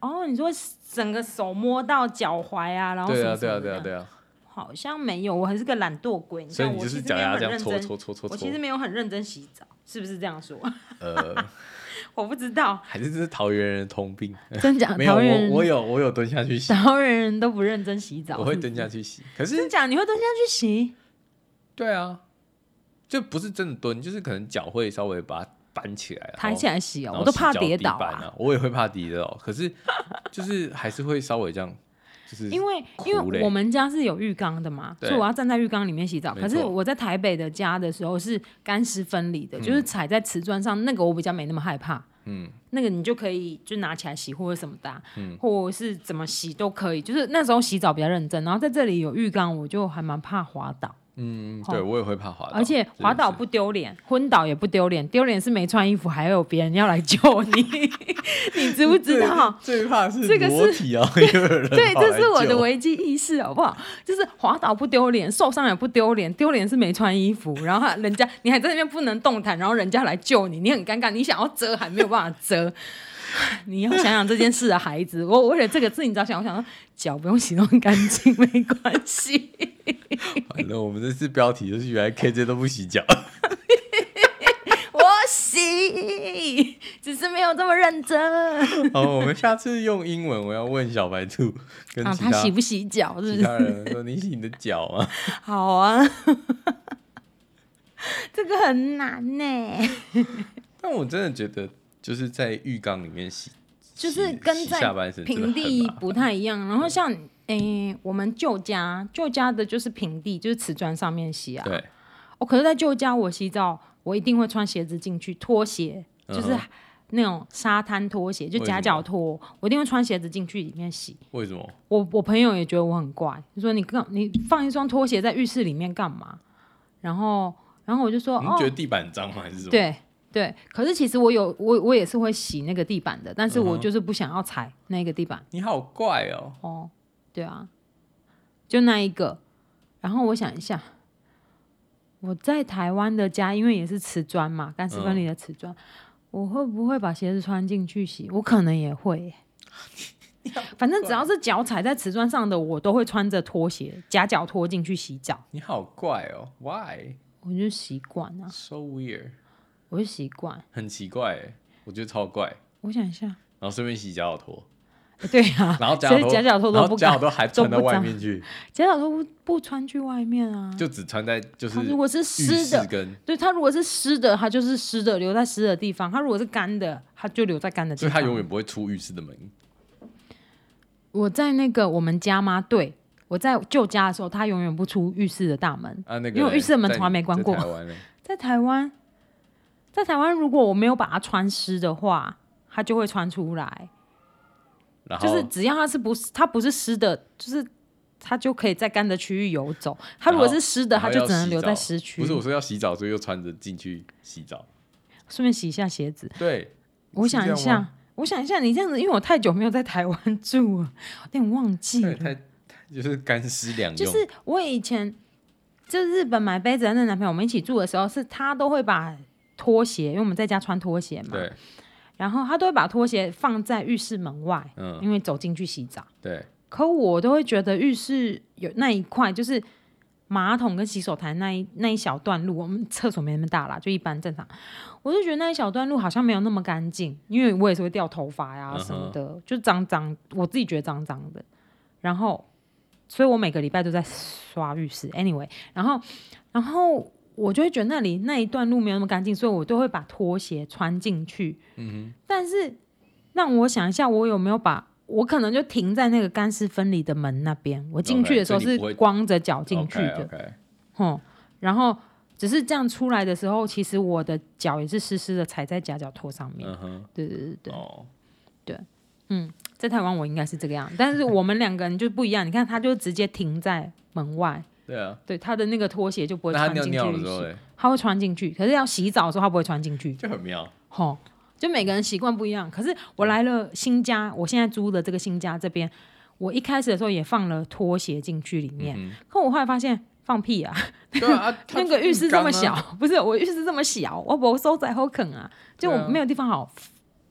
Speaker 2: 哦，你说整个手摸到脚踝啊，然后
Speaker 1: 对啊，
Speaker 2: 什
Speaker 1: 对
Speaker 2: 么
Speaker 1: 啊，
Speaker 2: 什么的
Speaker 1: 对啊，对啊。
Speaker 2: 好像没有，我还是个懒惰鬼。你
Speaker 1: 所以
Speaker 2: 看
Speaker 1: 你
Speaker 2: 我
Speaker 1: 就
Speaker 2: 其
Speaker 1: 是
Speaker 2: 实
Speaker 1: 脚
Speaker 2: 没有
Speaker 1: 丫
Speaker 2: 很
Speaker 1: 这样
Speaker 2: 认
Speaker 1: 搓
Speaker 2: 真，
Speaker 1: 搓搓搓
Speaker 2: 我其实
Speaker 1: 搓，
Speaker 2: 没有很认真洗澡，是不是这样说？
Speaker 1: 呃，
Speaker 2: [laughs] 我不知道，
Speaker 1: 还是这是桃园人的通病？
Speaker 2: [laughs] 真假？
Speaker 1: 没有，
Speaker 2: 啊桃园
Speaker 1: 我
Speaker 2: 人
Speaker 1: 我有我有蹲下去洗，
Speaker 2: [laughs] 桃园人都不认真洗澡，
Speaker 1: 我会
Speaker 2: 是不是
Speaker 1: 蹲下去洗。可是
Speaker 2: 真假？你会蹲下去洗？
Speaker 1: 对啊，就不是真的蹲，就是可能脚会稍微把它搬起来，
Speaker 2: 抬起
Speaker 1: 来，
Speaker 2: 来洗
Speaker 1: 然
Speaker 2: 哦，
Speaker 1: 后
Speaker 2: 我都
Speaker 1: 洗
Speaker 2: 怕
Speaker 1: 脚
Speaker 2: 跌
Speaker 1: 底
Speaker 2: 倒
Speaker 1: 板
Speaker 2: 啊！
Speaker 1: 啊！我也会怕跌倒，可是就是还是会稍微这样，就是
Speaker 2: 因为
Speaker 1: 苦
Speaker 2: 因为
Speaker 1: 嘞
Speaker 2: 我们家是有浴缸的嘛，
Speaker 1: 对
Speaker 2: 所以我要站在浴缸里面洗澡。
Speaker 1: 没
Speaker 2: 可是
Speaker 1: 错
Speaker 2: 我在台北的家的时候是干湿分离的，就是踩在瓷砖上，那个我比较没那么害怕。
Speaker 1: 嗯，
Speaker 2: 那个你就可以就拿起来洗或者什么的啊、
Speaker 1: 嗯
Speaker 2: 或者是怎么洗都可以。就是那时候洗澡比较认真，然后在这里有浴缸，我就还蛮怕滑倒，
Speaker 1: 嗯，对我也会怕滑倒，
Speaker 2: 哦而且滑倒
Speaker 1: 真的
Speaker 2: 不丢脸，昏倒也不丢脸，丢脸是没穿衣服还有别人要来救你， [laughs] 你知不知道？
Speaker 1: 是最怕是
Speaker 2: 这个是
Speaker 1: 裸体啊，又有人
Speaker 2: [laughs] 对，
Speaker 1: 跑
Speaker 2: 这是
Speaker 1: 来
Speaker 2: 我的
Speaker 1: 救
Speaker 2: 危机意识，好不好？ [laughs] 就是滑倒不丢脸，受伤也不丢脸，丢脸是没穿衣服，然后还人家你还在那边不能动弹，然后人家来救你，你很尴尬，你想要遮还没有办法遮。 [laughs] 你要想想这件事啊，孩子，我我为了这个字，你知道想，我想说脚不用洗那么干净，没关系。 [laughs]
Speaker 1: 反正我们这次标题就是原来 KJ 都不洗脚，
Speaker 2: 我洗，只是没有这么认真。
Speaker 1: [laughs] 好，哦我们下次用英文，我要问小白兔 [laughs] 跟
Speaker 2: 啊，
Speaker 1: 其
Speaker 2: 他
Speaker 1: 他、
Speaker 2: 洗不洗脚是不
Speaker 1: 其
Speaker 2: 是？
Speaker 1: 他人说你洗你的脚吗？ [laughs]
Speaker 2: 好啊， [laughs] 这个很难呢、
Speaker 1: 但我真的觉得就是在浴缸里面洗，
Speaker 2: 就是
Speaker 1: 洗
Speaker 2: 跟
Speaker 1: 洗
Speaker 2: 在
Speaker 1: 下半身真的
Speaker 2: 平
Speaker 1: 很
Speaker 2: 地
Speaker 1: 麻烦
Speaker 2: 不太一样。然后像诶、我们旧家旧家的就是平地，就是瓷砖上面洗啊。
Speaker 1: 对，
Speaker 2: 哦，可是，在旧家我洗澡，我一定会穿鞋子进去，拖鞋就是
Speaker 1: 嗯哼
Speaker 2: 那种沙滩拖鞋，就
Speaker 1: 为什
Speaker 2: 夹
Speaker 1: 么
Speaker 2: 脚拖，我一定会穿鞋子进去里面洗。
Speaker 1: 为什么？
Speaker 2: 我我朋友也觉得我很怪，就说你干你放一双拖鞋在浴室里面干嘛？然后然后我就说
Speaker 1: 你
Speaker 2: 哦，
Speaker 1: 觉得地板很脏吗？还是什么？，
Speaker 2: 对对，可是其实我有我我也是会洗那个地板的，但是我
Speaker 1: 嗯哼
Speaker 2: 就是不想要踩那个地板。
Speaker 1: 你好怪哦、
Speaker 2: 哦，对啊，就那一个。然后我想一下，我在台湾的家，因为也是瓷砖嘛，干湿分离的瓷砖，我会不会把鞋子穿进去洗？我可能也会
Speaker 1: [laughs]
Speaker 2: 耶反正只要是脚踩在瓷砖上的，我都会穿着拖鞋、夹脚拖进去洗澡，
Speaker 1: 你好怪哦、w h y
Speaker 2: 我就习惯啊，
Speaker 1: so weird？
Speaker 2: 我就习惯。
Speaker 1: 很奇怪、欸，我觉得超怪。
Speaker 2: 我想一下，
Speaker 1: 然后顺便洗脚拖，
Speaker 2: 哎对啊，
Speaker 1: 然后
Speaker 2: [laughs] 所以夹
Speaker 1: 脚
Speaker 2: 脚拖
Speaker 1: 然
Speaker 2: 都
Speaker 1: 后
Speaker 2: 不
Speaker 1: 夹
Speaker 2: 敢
Speaker 1: 脚，拖还
Speaker 2: 都
Speaker 1: 穿到
Speaker 2: 不
Speaker 1: 外
Speaker 2: 脏
Speaker 1: 面去，
Speaker 2: 夹脚拖不不穿去外面啊。
Speaker 1: 就只穿在就是
Speaker 2: 它如果是
Speaker 1: 浴
Speaker 2: 湿的
Speaker 1: 室，跟
Speaker 2: 对，它如果是湿的，它就是湿的，留在湿的地方；它如果是干的，它就留在干的地
Speaker 1: 所以
Speaker 2: 方。
Speaker 1: 他永远不会出浴室的门。
Speaker 2: 我在那个我们家吗？对，我在旧家的时候，它永远不出浴室的大门。
Speaker 1: 啊，那个
Speaker 2: 因为
Speaker 1: 嘞
Speaker 2: 浴室的门
Speaker 1: 在
Speaker 2: 从来没关
Speaker 1: 在
Speaker 2: 过
Speaker 1: 台湾
Speaker 2: [laughs]
Speaker 1: 嘞
Speaker 2: 在台湾，在台湾，如果我没有把它穿湿的话，它就会穿出来。
Speaker 1: 然后
Speaker 2: 就是只要它是不是它不是湿的，就是它就可以在干的区域游走。它如果
Speaker 1: 然后
Speaker 2: 是湿的，
Speaker 1: 然后
Speaker 2: 它就
Speaker 1: 要
Speaker 2: 只能
Speaker 1: 洗
Speaker 2: 留在
Speaker 1: 澡
Speaker 2: 湿啊区。
Speaker 1: 不是我说要洗澡，所以又穿着进去洗澡。
Speaker 2: 顺便洗一下鞋子。
Speaker 1: 对，
Speaker 2: 我
Speaker 1: 是
Speaker 2: 想
Speaker 1: 这
Speaker 2: 一
Speaker 1: 样
Speaker 2: 下
Speaker 1: 吗，
Speaker 2: 我想一下，你这样子，因为我太久没有在台湾住了，有点忘记
Speaker 1: 对，
Speaker 2: 了。
Speaker 1: 太太就是干湿两用，
Speaker 2: 就是我以前就日本买杯子的那男朋友，我们一起住的时候，是他都会把拖鞋，因为我们在家穿拖鞋嘛，
Speaker 1: 对，
Speaker 2: 然后他都会把拖鞋放在浴室门外，
Speaker 1: 嗯，
Speaker 2: 因为走进去洗澡。
Speaker 1: 对，
Speaker 2: 可我都会觉得浴室有那一块，就是马桶跟洗手台那一那一小段路，我们厕所没那么大啦，就一般正常。我就觉得那一小段路好像没有那么干净，因为我也是会掉头发呀
Speaker 1: 嗯哼
Speaker 2: 什么的就脏脏，我自己觉得脏脏的。然后，所以我每个礼拜都在刷浴室。Anyway，然后，然后我就会觉得那里那一段路没有那么干净，所以我都会把拖鞋穿进去。
Speaker 1: 嗯
Speaker 2: 但是让我想一下，我有没有把我可能就停在那个干湿分离的门那边。我进去的时候
Speaker 1: OK，所以你
Speaker 2: 是
Speaker 1: 不会
Speaker 2: 光着脚
Speaker 1: 哼，
Speaker 2: 进去的，
Speaker 1: OK，啊
Speaker 2: 哦、然后只是这样出来的时候，其实我的脚也是湿湿的踩在夹脚拖上面。
Speaker 1: 嗯哼，
Speaker 2: 对对对对，
Speaker 1: 哦，
Speaker 2: 在台湾我应该是这个样，但是我们两个人就不一样。你看，他就直接停在门外，
Speaker 1: 对啊，
Speaker 2: 对他的那个拖鞋就不会
Speaker 1: 那他
Speaker 2: 穿
Speaker 1: 尿
Speaker 2: 进
Speaker 1: 尿的
Speaker 2: 去洗，
Speaker 1: 时候嘞，
Speaker 2: 他会穿进去，可是要洗澡的时候他不会穿进去。
Speaker 1: 就很妙，
Speaker 2: [laughs] 吼、就每个人习惯不一样。可是我来了新家，我现在租的这个新家这边，我一开始的时候也放了拖鞋进去里面，
Speaker 1: 嗯
Speaker 2: 可我后来发现放
Speaker 1: [laughs]
Speaker 2: 屁啊！
Speaker 1: 对啊，啊
Speaker 2: 那个浴室这么，小
Speaker 1: 它，
Speaker 2: [laughs] 不是我浴室这么小，我不收在后坑啊，就
Speaker 1: 对
Speaker 2: 我
Speaker 1: 啊
Speaker 2: 没有地方好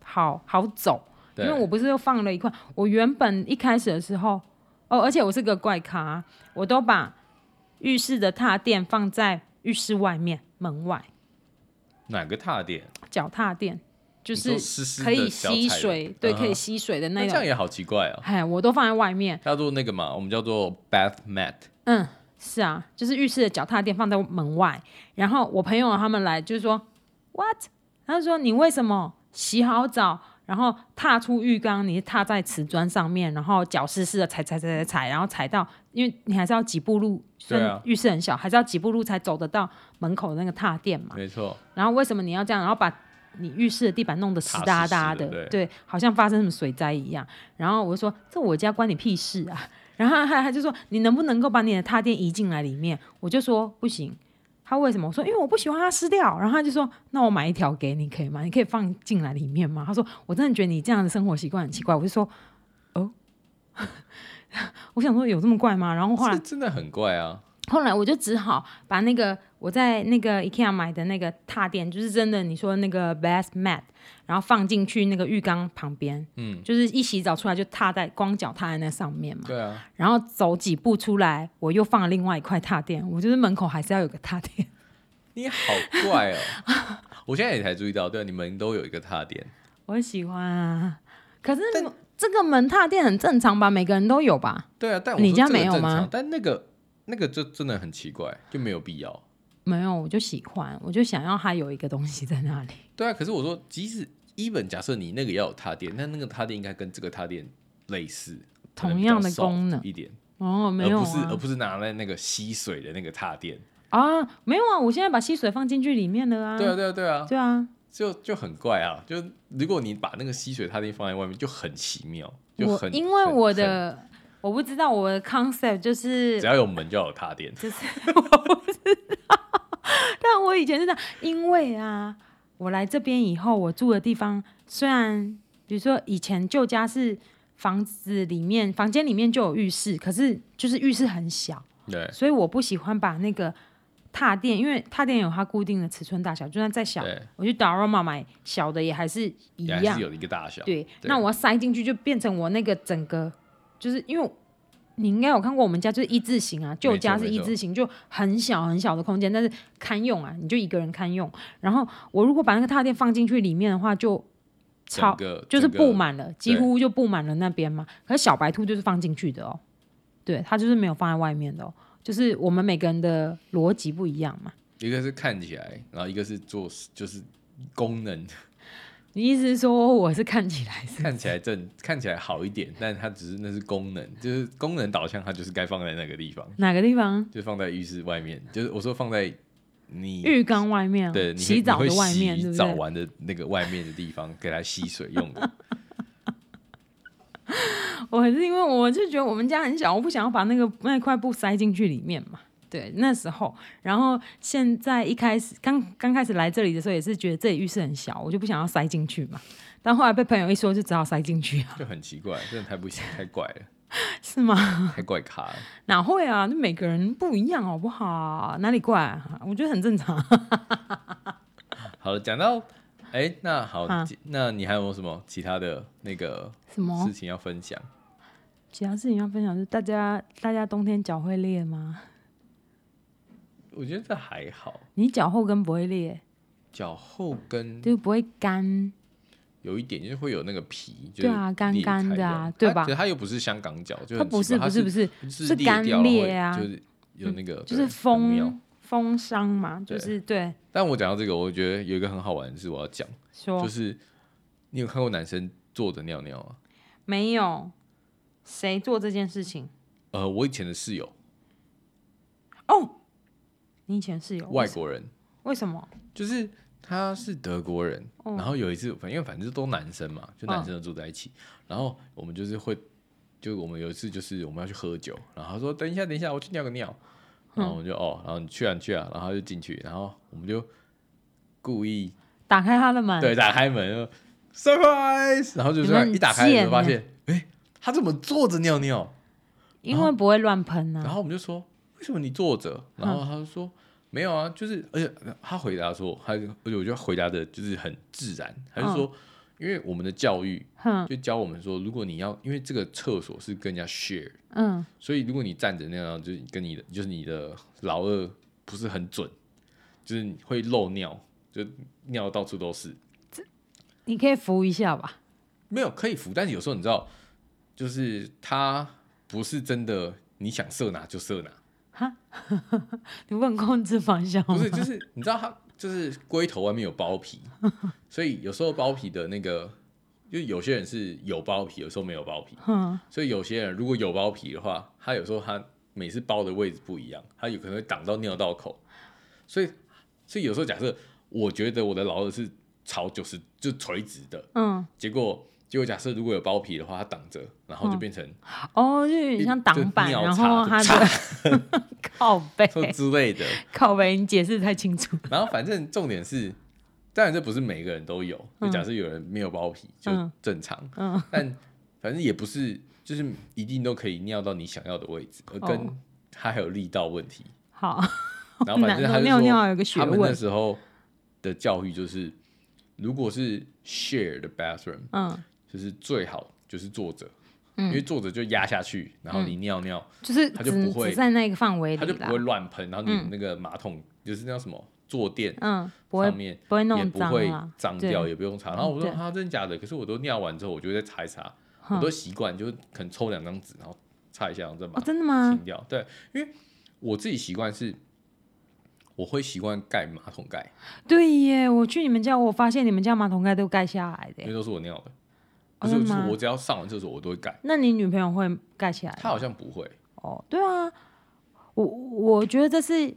Speaker 2: 好好走，
Speaker 1: 就
Speaker 2: 因
Speaker 1: 是浴
Speaker 2: 为
Speaker 1: 缸啊
Speaker 2: 我不是又放了一块，我原本一开始的时候，哦，而且我是个怪咖，我都把浴室的踏垫放在浴室外面门外
Speaker 1: 对哪个踏垫？
Speaker 2: 脚踏垫。就
Speaker 1: 你说
Speaker 2: 是
Speaker 1: 湿湿的
Speaker 2: 可以
Speaker 1: 小
Speaker 2: 吸
Speaker 1: 菜的
Speaker 2: 水，对，
Speaker 1: 嗯
Speaker 2: 可
Speaker 1: 哼
Speaker 2: 以吸水的
Speaker 1: 那
Speaker 2: 那
Speaker 1: 这样
Speaker 2: 种，
Speaker 1: 也好奇怪哦，
Speaker 2: 哎，我都放在外面。
Speaker 1: 叫做那个嘛，我们叫做 bath mat，
Speaker 2: 嗯，是啊，就是浴室的脚踏垫放在门外。然后我朋友他们来就是说，what？他就说你为什么洗好澡，然后踏出浴缸，你踏在瓷砖上面，然后脚湿湿的踩踩踩踩踩，然后踩到，因为你还是要几步路，虽
Speaker 1: 对
Speaker 2: 然
Speaker 1: 啊
Speaker 2: 浴室很小，还是要几步路才走得到门口的那个踏垫嘛。
Speaker 1: 没错，
Speaker 2: 然后为什么你要这样？然后把你浴室的地板弄得湿哒
Speaker 1: 踏
Speaker 2: 哒
Speaker 1: 湿湿的
Speaker 2: 对，好像发生什么水灾一样。然后我就说这我家关你屁事啊！ [laughs] 然后他他就说你能不能够把你的踏垫移进来里面？我就说不行。他为什么？我说因为我不喜欢它湿掉。然后他就说那我买一条给你可以吗？你可以放进来里面吗？他说我真的觉得你这样的生活习惯很奇怪。我就说哦。 [laughs] 我想说有这么怪吗？然后后来
Speaker 1: 这真的很怪啊，
Speaker 2: 后来我就只好把那个我在那个 IKEA 买的那个踏垫，就是真的你说那个 bath mat，然后放进去那个浴缸旁边，
Speaker 1: 嗯，
Speaker 2: 就是一洗澡出来就踏在光脚踏在那上面嘛，
Speaker 1: 对啊，
Speaker 2: 然后走几步出来，我又放了另外一块踏垫，我就是门口还是要有个踏垫， [laughs]
Speaker 1: 你好怪哦， [laughs] 我现在也才注意到，对、啊，你们都有一个踏垫，
Speaker 2: 我很喜欢啊。可是
Speaker 1: 但
Speaker 2: 这个门踏垫很正常吧？每个人都有吧？
Speaker 1: 对啊，但我
Speaker 2: 你
Speaker 1: 说
Speaker 2: 家
Speaker 1: 这个
Speaker 2: 没有
Speaker 1: 正常
Speaker 2: 吗
Speaker 1: 但那个那个就真的很奇怪，就没有必要，
Speaker 2: 没有，我就喜欢，我就想要它有一个东西在那里。
Speaker 1: 对啊，可是我说，即使 even 假设你那个要有踏垫，那那个踏垫应该跟这个踏垫类似，可能
Speaker 2: 同
Speaker 1: 比
Speaker 2: 样
Speaker 1: 较
Speaker 2: 的
Speaker 1: soft
Speaker 2: 功能
Speaker 1: 一点，
Speaker 2: 哦，没
Speaker 1: 而
Speaker 2: 有、啊、
Speaker 1: 不是而不是拿来那个吸水的那个踏垫。
Speaker 2: 啊，没有啊，我现在把吸水放进去里面了啊。
Speaker 1: 对啊，对啊，对啊，
Speaker 2: 对啊，
Speaker 1: 就就很怪啊！就如果你把那个吸水踏垫放在外面，就很奇妙，就
Speaker 2: 我
Speaker 1: 很
Speaker 2: 因为
Speaker 1: 很
Speaker 2: 我
Speaker 1: 很
Speaker 2: 的我不知道我的 concept 就是
Speaker 1: 只，要有门就要有踏垫，
Speaker 2: [laughs] 但我以前是这样，因为啊，我来这边以后，我住的地方虽然比如说以前旧家是房子里面房间里面就有浴室，可是就是浴室很小，
Speaker 1: 对，
Speaker 2: 所以我不喜欢把那个。踏垫，因为踏垫有它固定的尺寸大小，就算再小
Speaker 1: 对，
Speaker 2: 我去 Daroma 买小的也还是一
Speaker 1: 也还
Speaker 2: 样
Speaker 1: 是，有一个大小。
Speaker 2: 对，
Speaker 1: 对
Speaker 2: 那我要塞进去就变成我那个整个，就是因为你应该有看过我们家就是一字形啊，旧家是一字形，就很小很小的空间，但是堪用啊，你就一个人堪用。然后我如果把那个踏垫放进去里面的话，就超
Speaker 1: 整个
Speaker 2: 就是
Speaker 1: 整个
Speaker 2: 布满了，几乎就布满了那边嘛。可是小白兔就是放进去的哦，对，它就是没有放在外面的哦。就是我们每个人的逻辑不一样嘛。
Speaker 1: 一个是看起来，然后一个是做就是功能，
Speaker 2: 你意思是说我是看起来是
Speaker 1: 看起来正看起来好一点，但它只是那是功能，就是功能导向，它就是该放在那个地方，
Speaker 2: 哪个地方？
Speaker 1: 就放在浴室外面，就是我说放在你
Speaker 2: 浴缸外面啊，
Speaker 1: 对你会
Speaker 2: 洗澡
Speaker 1: 你
Speaker 2: 的
Speaker 1: 会
Speaker 2: 外面，对
Speaker 1: 洗
Speaker 2: 不
Speaker 1: 澡
Speaker 2: 对？
Speaker 1: 完的那个外面的地方给它吸水用的，
Speaker 2: 我是因为我就觉得我们家很小，我不想要把那个那块布塞进去里面嘛。对，那时候，然后现在一开始刚刚开始来这里的时候，也是觉得这里浴室很小，我就不想要塞进去嘛。但后来被朋友一说，就只好塞进去啊，
Speaker 1: 就很奇怪，真的太不行，太怪了，
Speaker 2: 是吗？
Speaker 1: 太怪咖了。
Speaker 2: 哪会啊？那每个人不一样，好不好？哪里怪、啊？我觉得很正常。
Speaker 1: 好了，讲到哎、那好
Speaker 2: 啊，
Speaker 1: 那你还有没有什么其他的那个
Speaker 2: 什么
Speaker 1: 事？情要分享？
Speaker 2: 其他事情要分享？就是大家大家冬天脚会裂吗？
Speaker 1: 我觉得这还好，
Speaker 2: 你脚后跟不会裂，
Speaker 1: 脚后跟
Speaker 2: 就是不会干。
Speaker 1: 有一点就是会有那个皮，就是
Speaker 2: 对啊干
Speaker 1: 裂开
Speaker 2: 干的啊
Speaker 1: 这样
Speaker 2: 对
Speaker 1: 它
Speaker 2: 吧
Speaker 1: 可是它又不是香港脚，就
Speaker 2: 它
Speaker 1: 很
Speaker 2: 不
Speaker 1: 奇
Speaker 2: 是
Speaker 1: 怪
Speaker 2: 不是不
Speaker 1: 它
Speaker 2: 是，
Speaker 1: 是
Speaker 2: 是干
Speaker 1: 掉然后
Speaker 2: 裂
Speaker 1: 会
Speaker 2: 啊
Speaker 1: 就是有那个
Speaker 2: 就
Speaker 1: 对
Speaker 2: 是
Speaker 1: 很妙
Speaker 2: 风风伤嘛，就
Speaker 1: 对
Speaker 2: 是对
Speaker 1: 但我讲到这个，我觉得有一个很好玩的事我要讲，
Speaker 2: 说、
Speaker 1: 就是你有看过男生坐着尿尿啊？
Speaker 2: 没有谁做这件事情
Speaker 1: 呃，我以前的室友，
Speaker 2: 哦。你以前是有
Speaker 1: 外国人，
Speaker 2: 为什么？
Speaker 1: 就是他是德国人，
Speaker 2: 嗯
Speaker 1: 然后有一次，反因为反正都男生嘛，就男生都住在一起，
Speaker 2: 嗯
Speaker 1: 然后我们就是会，就我们有一次就是我们要去喝酒，然后他说等一下等一下，我去尿个尿，
Speaker 2: 嗯
Speaker 1: 然后我们就、哦，然后你去啊你去啊，然后他就进去，然后我们就故意
Speaker 2: 打开他的门，
Speaker 1: 对打开门就 surprise，然后就
Speaker 2: 嗯你
Speaker 1: 突然
Speaker 2: 们
Speaker 1: 一打开门
Speaker 2: 贱
Speaker 1: 就
Speaker 2: 欸
Speaker 1: 发现，哎、他怎么坐着尿尿？
Speaker 2: 因为不会乱喷啊
Speaker 1: 然
Speaker 2: 呐。
Speaker 1: 后我们就说为什么你坐着？然后他就说没有啊，就是而且他回答说，他就而且我觉得回答的就是很自然，他就说、因为我们的教育
Speaker 2: 哼
Speaker 1: 就教我们说，如果你要因为这个厕所是跟人家 share，
Speaker 2: 嗯，
Speaker 1: 所以如果你站着那样，就是跟你的就是你的老二不是很准，就是你会漏尿，就尿到处都是。
Speaker 2: 你可以扶一下吧？
Speaker 1: 没有可以扶，但是有时候你知道，就是它不是真的，你想射哪就射哪，
Speaker 2: 你不能控制方向吗
Speaker 1: 不？是就是你知道它就是龟头外面有包皮，所以有时候包皮的那个，就有些人是有包皮，有时候没有包皮，
Speaker 2: 嗯，
Speaker 1: 所以有些人如果有包皮的话，他有时候他每次包的位置不一样，他有可能会挡到尿道口，所以所以有时候假设我觉得我的老二是朝九十就垂直的，
Speaker 2: 嗯，
Speaker 1: 结果结果假设如果有包皮的话，它挡着，然后就
Speaker 2: 嗯
Speaker 1: 变成
Speaker 2: 哦，就有点像挡板，
Speaker 1: 就
Speaker 2: 然
Speaker 1: 尿叉
Speaker 2: 后它的 [laughs] 靠背，
Speaker 1: 说 [laughs] 之类的，
Speaker 2: 靠背，你解释得太清楚了。
Speaker 1: 然后反正重点是，当然这不是每个人都有，就
Speaker 2: 嗯
Speaker 1: 假设有人没有包皮就
Speaker 2: 嗯
Speaker 1: 正常，
Speaker 2: 嗯
Speaker 1: 但反正也不是就是一定都可以尿到你想要的位置，而
Speaker 2: 哦
Speaker 1: 跟它还有力道问题。
Speaker 2: 好，
Speaker 1: 然后反
Speaker 2: 难
Speaker 1: 正
Speaker 2: 哦
Speaker 1: 他就
Speaker 2: 尿
Speaker 1: 说
Speaker 2: 尿有个学
Speaker 1: 他们那
Speaker 2: 问
Speaker 1: 时候的教育就是，如果是 share 的 bathroom，
Speaker 2: 嗯，
Speaker 1: 就是最好就是坐着，
Speaker 2: 嗯
Speaker 1: 因为坐着就压下去，然后你尿尿，
Speaker 2: 就是
Speaker 1: 它就
Speaker 2: 只
Speaker 1: 不会
Speaker 2: 只在那个范围
Speaker 1: 它
Speaker 2: 里
Speaker 1: 就不
Speaker 2: 啦
Speaker 1: 会，乱喷，然后你那个马桶、就是那叫什么坐垫
Speaker 2: 嗯，不
Speaker 1: 上
Speaker 2: 会
Speaker 1: 面
Speaker 2: 不会
Speaker 1: 也
Speaker 2: 弄
Speaker 1: 不
Speaker 2: 脏啊
Speaker 1: 会
Speaker 2: 啦，
Speaker 1: 脏
Speaker 2: 对
Speaker 1: 掉，也不用擦。然后我说
Speaker 2: 对
Speaker 1: 他真假的，可是我都尿完之后，我就会再擦一擦，
Speaker 2: 哼
Speaker 1: 我都习惯，就是可能抽两张纸，然后擦一下，然后再把
Speaker 2: 哦，真的
Speaker 1: 它
Speaker 2: 吗
Speaker 1: 清？掉。对，因为我自己习惯是。我会习惯盖马桶盖，
Speaker 2: 对耶，我去你们家，我发现你们家马桶盖都盖下来的
Speaker 1: 因为
Speaker 2: 耶。
Speaker 1: 都是我尿的，
Speaker 2: 哦
Speaker 1: 不是，
Speaker 2: 真的
Speaker 1: 就是
Speaker 2: 吗
Speaker 1: 我只要上完厕所我都会盖。
Speaker 2: 那你女朋友会盖起来吗？
Speaker 1: 他好像不会，
Speaker 2: 哦，对啊，我我觉得这是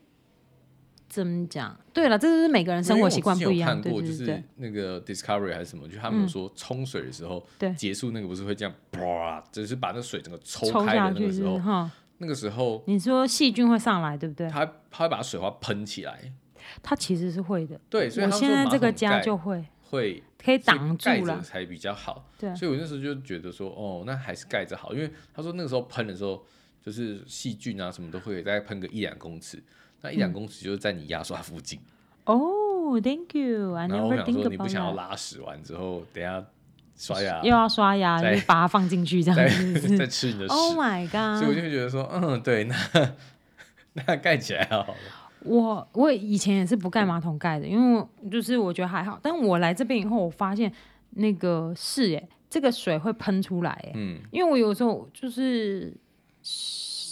Speaker 2: 怎么讲？对了，这就是每个人生活习惯不一样，
Speaker 1: 因为
Speaker 2: 对
Speaker 1: 我
Speaker 2: 对
Speaker 1: 之
Speaker 2: 对
Speaker 1: 前有看
Speaker 2: 对嗯
Speaker 1: 过，就是那个 Discovery 还是什么，就他们有说冲水的时候，
Speaker 2: 对
Speaker 1: 结束那个不是会这样，啪，就是把那水整个抽
Speaker 2: 抽
Speaker 1: 开
Speaker 2: 下
Speaker 1: 的那
Speaker 2: 去
Speaker 1: 个时
Speaker 2: 是
Speaker 1: 候，
Speaker 2: 哈。
Speaker 1: 那个时候
Speaker 2: 你说细菌会上来，对不对？
Speaker 1: 他他会把水花喷起来，
Speaker 2: 它其实是会的。
Speaker 1: 对，所以
Speaker 2: 我
Speaker 1: 他们
Speaker 2: 现
Speaker 1: 说
Speaker 2: 在
Speaker 1: 马
Speaker 2: 这个
Speaker 1: 桶
Speaker 2: 家
Speaker 1: 盖
Speaker 2: 就会
Speaker 1: 会
Speaker 2: 可
Speaker 1: 所
Speaker 2: 以
Speaker 1: 以
Speaker 2: 挡住
Speaker 1: 盖着
Speaker 2: 了，
Speaker 1: 才比较好。
Speaker 2: 对
Speaker 1: 所以我那时候就觉得说，哦，那还是盖着好，因为他说那个时候喷的时候，就是细菌啊什么都会大概喷个一两公尺，那
Speaker 2: 嗯
Speaker 1: 一两公尺就是在你牙刷附近。
Speaker 2: 哦、t h a n k you. I
Speaker 1: 然后我
Speaker 2: never
Speaker 1: 想
Speaker 2: think
Speaker 1: 说，
Speaker 2: about
Speaker 1: 你不想要
Speaker 2: that
Speaker 1: 拉屎完之后，等一下刷牙
Speaker 2: 啊又要刷牙，
Speaker 1: 再
Speaker 2: 就把它放进去这 [laughs]
Speaker 1: 再
Speaker 2: 样
Speaker 1: [laughs]
Speaker 2: 子是不
Speaker 1: 再
Speaker 2: 是。
Speaker 1: 吃你的屎，
Speaker 2: [laughs] Oh my
Speaker 1: 所以我
Speaker 2: god！
Speaker 1: 就觉得说，嗯，对，那 [laughs] 那盖起来好了。
Speaker 2: 我我以前也是不盖马桶盖的，因为我就是我觉得还好。但我来这边以后，我发现那个是耶，这个水会喷出来耶，
Speaker 1: 嗯，
Speaker 2: 因为我有时候就是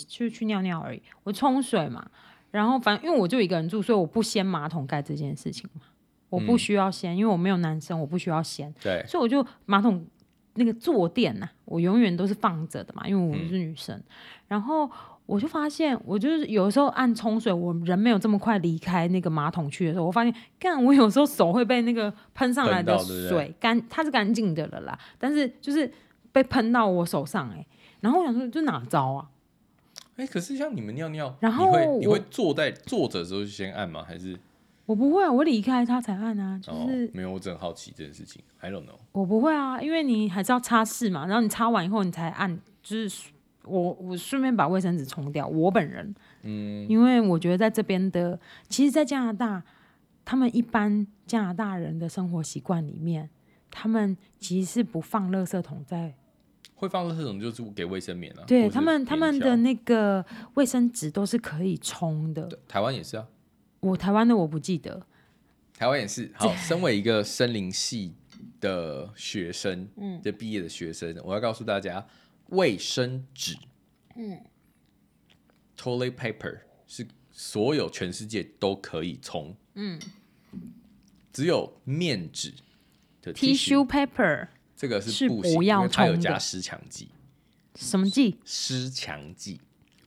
Speaker 2: 就去尿尿而已，我冲水嘛，然后反正因为我就一个人住，所以我不掀马桶盖这件事情嘛，我不
Speaker 1: 嗯
Speaker 2: 需要掀，因为我没有男生，我不需要掀。
Speaker 1: 对，
Speaker 2: 所以我就马桶那个坐垫呐、我永远都是放着的嘛，因为我
Speaker 1: 嗯
Speaker 2: 是女生。然后我就发现，我就是有时候按冲水，我人没有这么快离开那个马桶区的时候，我发现，干，我有时候手会被那个喷上来的
Speaker 1: 喷到对不对
Speaker 2: 水干，它是干净的了啦，但是就是被喷到我手上哎、欸然后我想说，这哪招啊？
Speaker 1: 哎，可是像你们尿尿，
Speaker 2: 然后
Speaker 1: 你会你
Speaker 2: 我
Speaker 1: 会坐在坐着的时候就先按吗？还是
Speaker 2: 我不会啊，我离开它才按啊，就
Speaker 1: 哦
Speaker 2: 是，
Speaker 1: 没有，我真的好奇这件事情，I don't know。
Speaker 2: 我不会啊，因为你还是要擦拭嘛，然后你擦完以后你才按，就是我我顺便把卫生纸冲掉。我本人，嗯，因为我觉得在这边的，其实，在加拿大，他们一般加拿大人的生活习惯里面，他们其实是不放垃圾桶在，
Speaker 1: 会放垃圾桶就是给卫生棉啊，啊或
Speaker 2: 对
Speaker 1: 是
Speaker 2: 他们
Speaker 1: 棉
Speaker 2: 他们
Speaker 1: 条
Speaker 2: 的那个卫生纸都是可以冲的。
Speaker 1: 对台湾也是啊，
Speaker 2: 我台湾的我不记得，
Speaker 1: 台湾也是。
Speaker 2: [laughs]
Speaker 1: 好，身为一个森林系的学生，嗯，就毕业的学生，我要告诉大家，卫生纸，嗯，toilet paper 是所有全世界都可以冲，嗯，只有面纸的
Speaker 2: tissue paper
Speaker 1: 这个是
Speaker 2: 是
Speaker 1: 不
Speaker 2: 不
Speaker 1: 行，因
Speaker 2: 要
Speaker 1: 为它有
Speaker 2: 冲的
Speaker 1: 加湿强剂，
Speaker 2: 什么剂？
Speaker 1: 湿强剂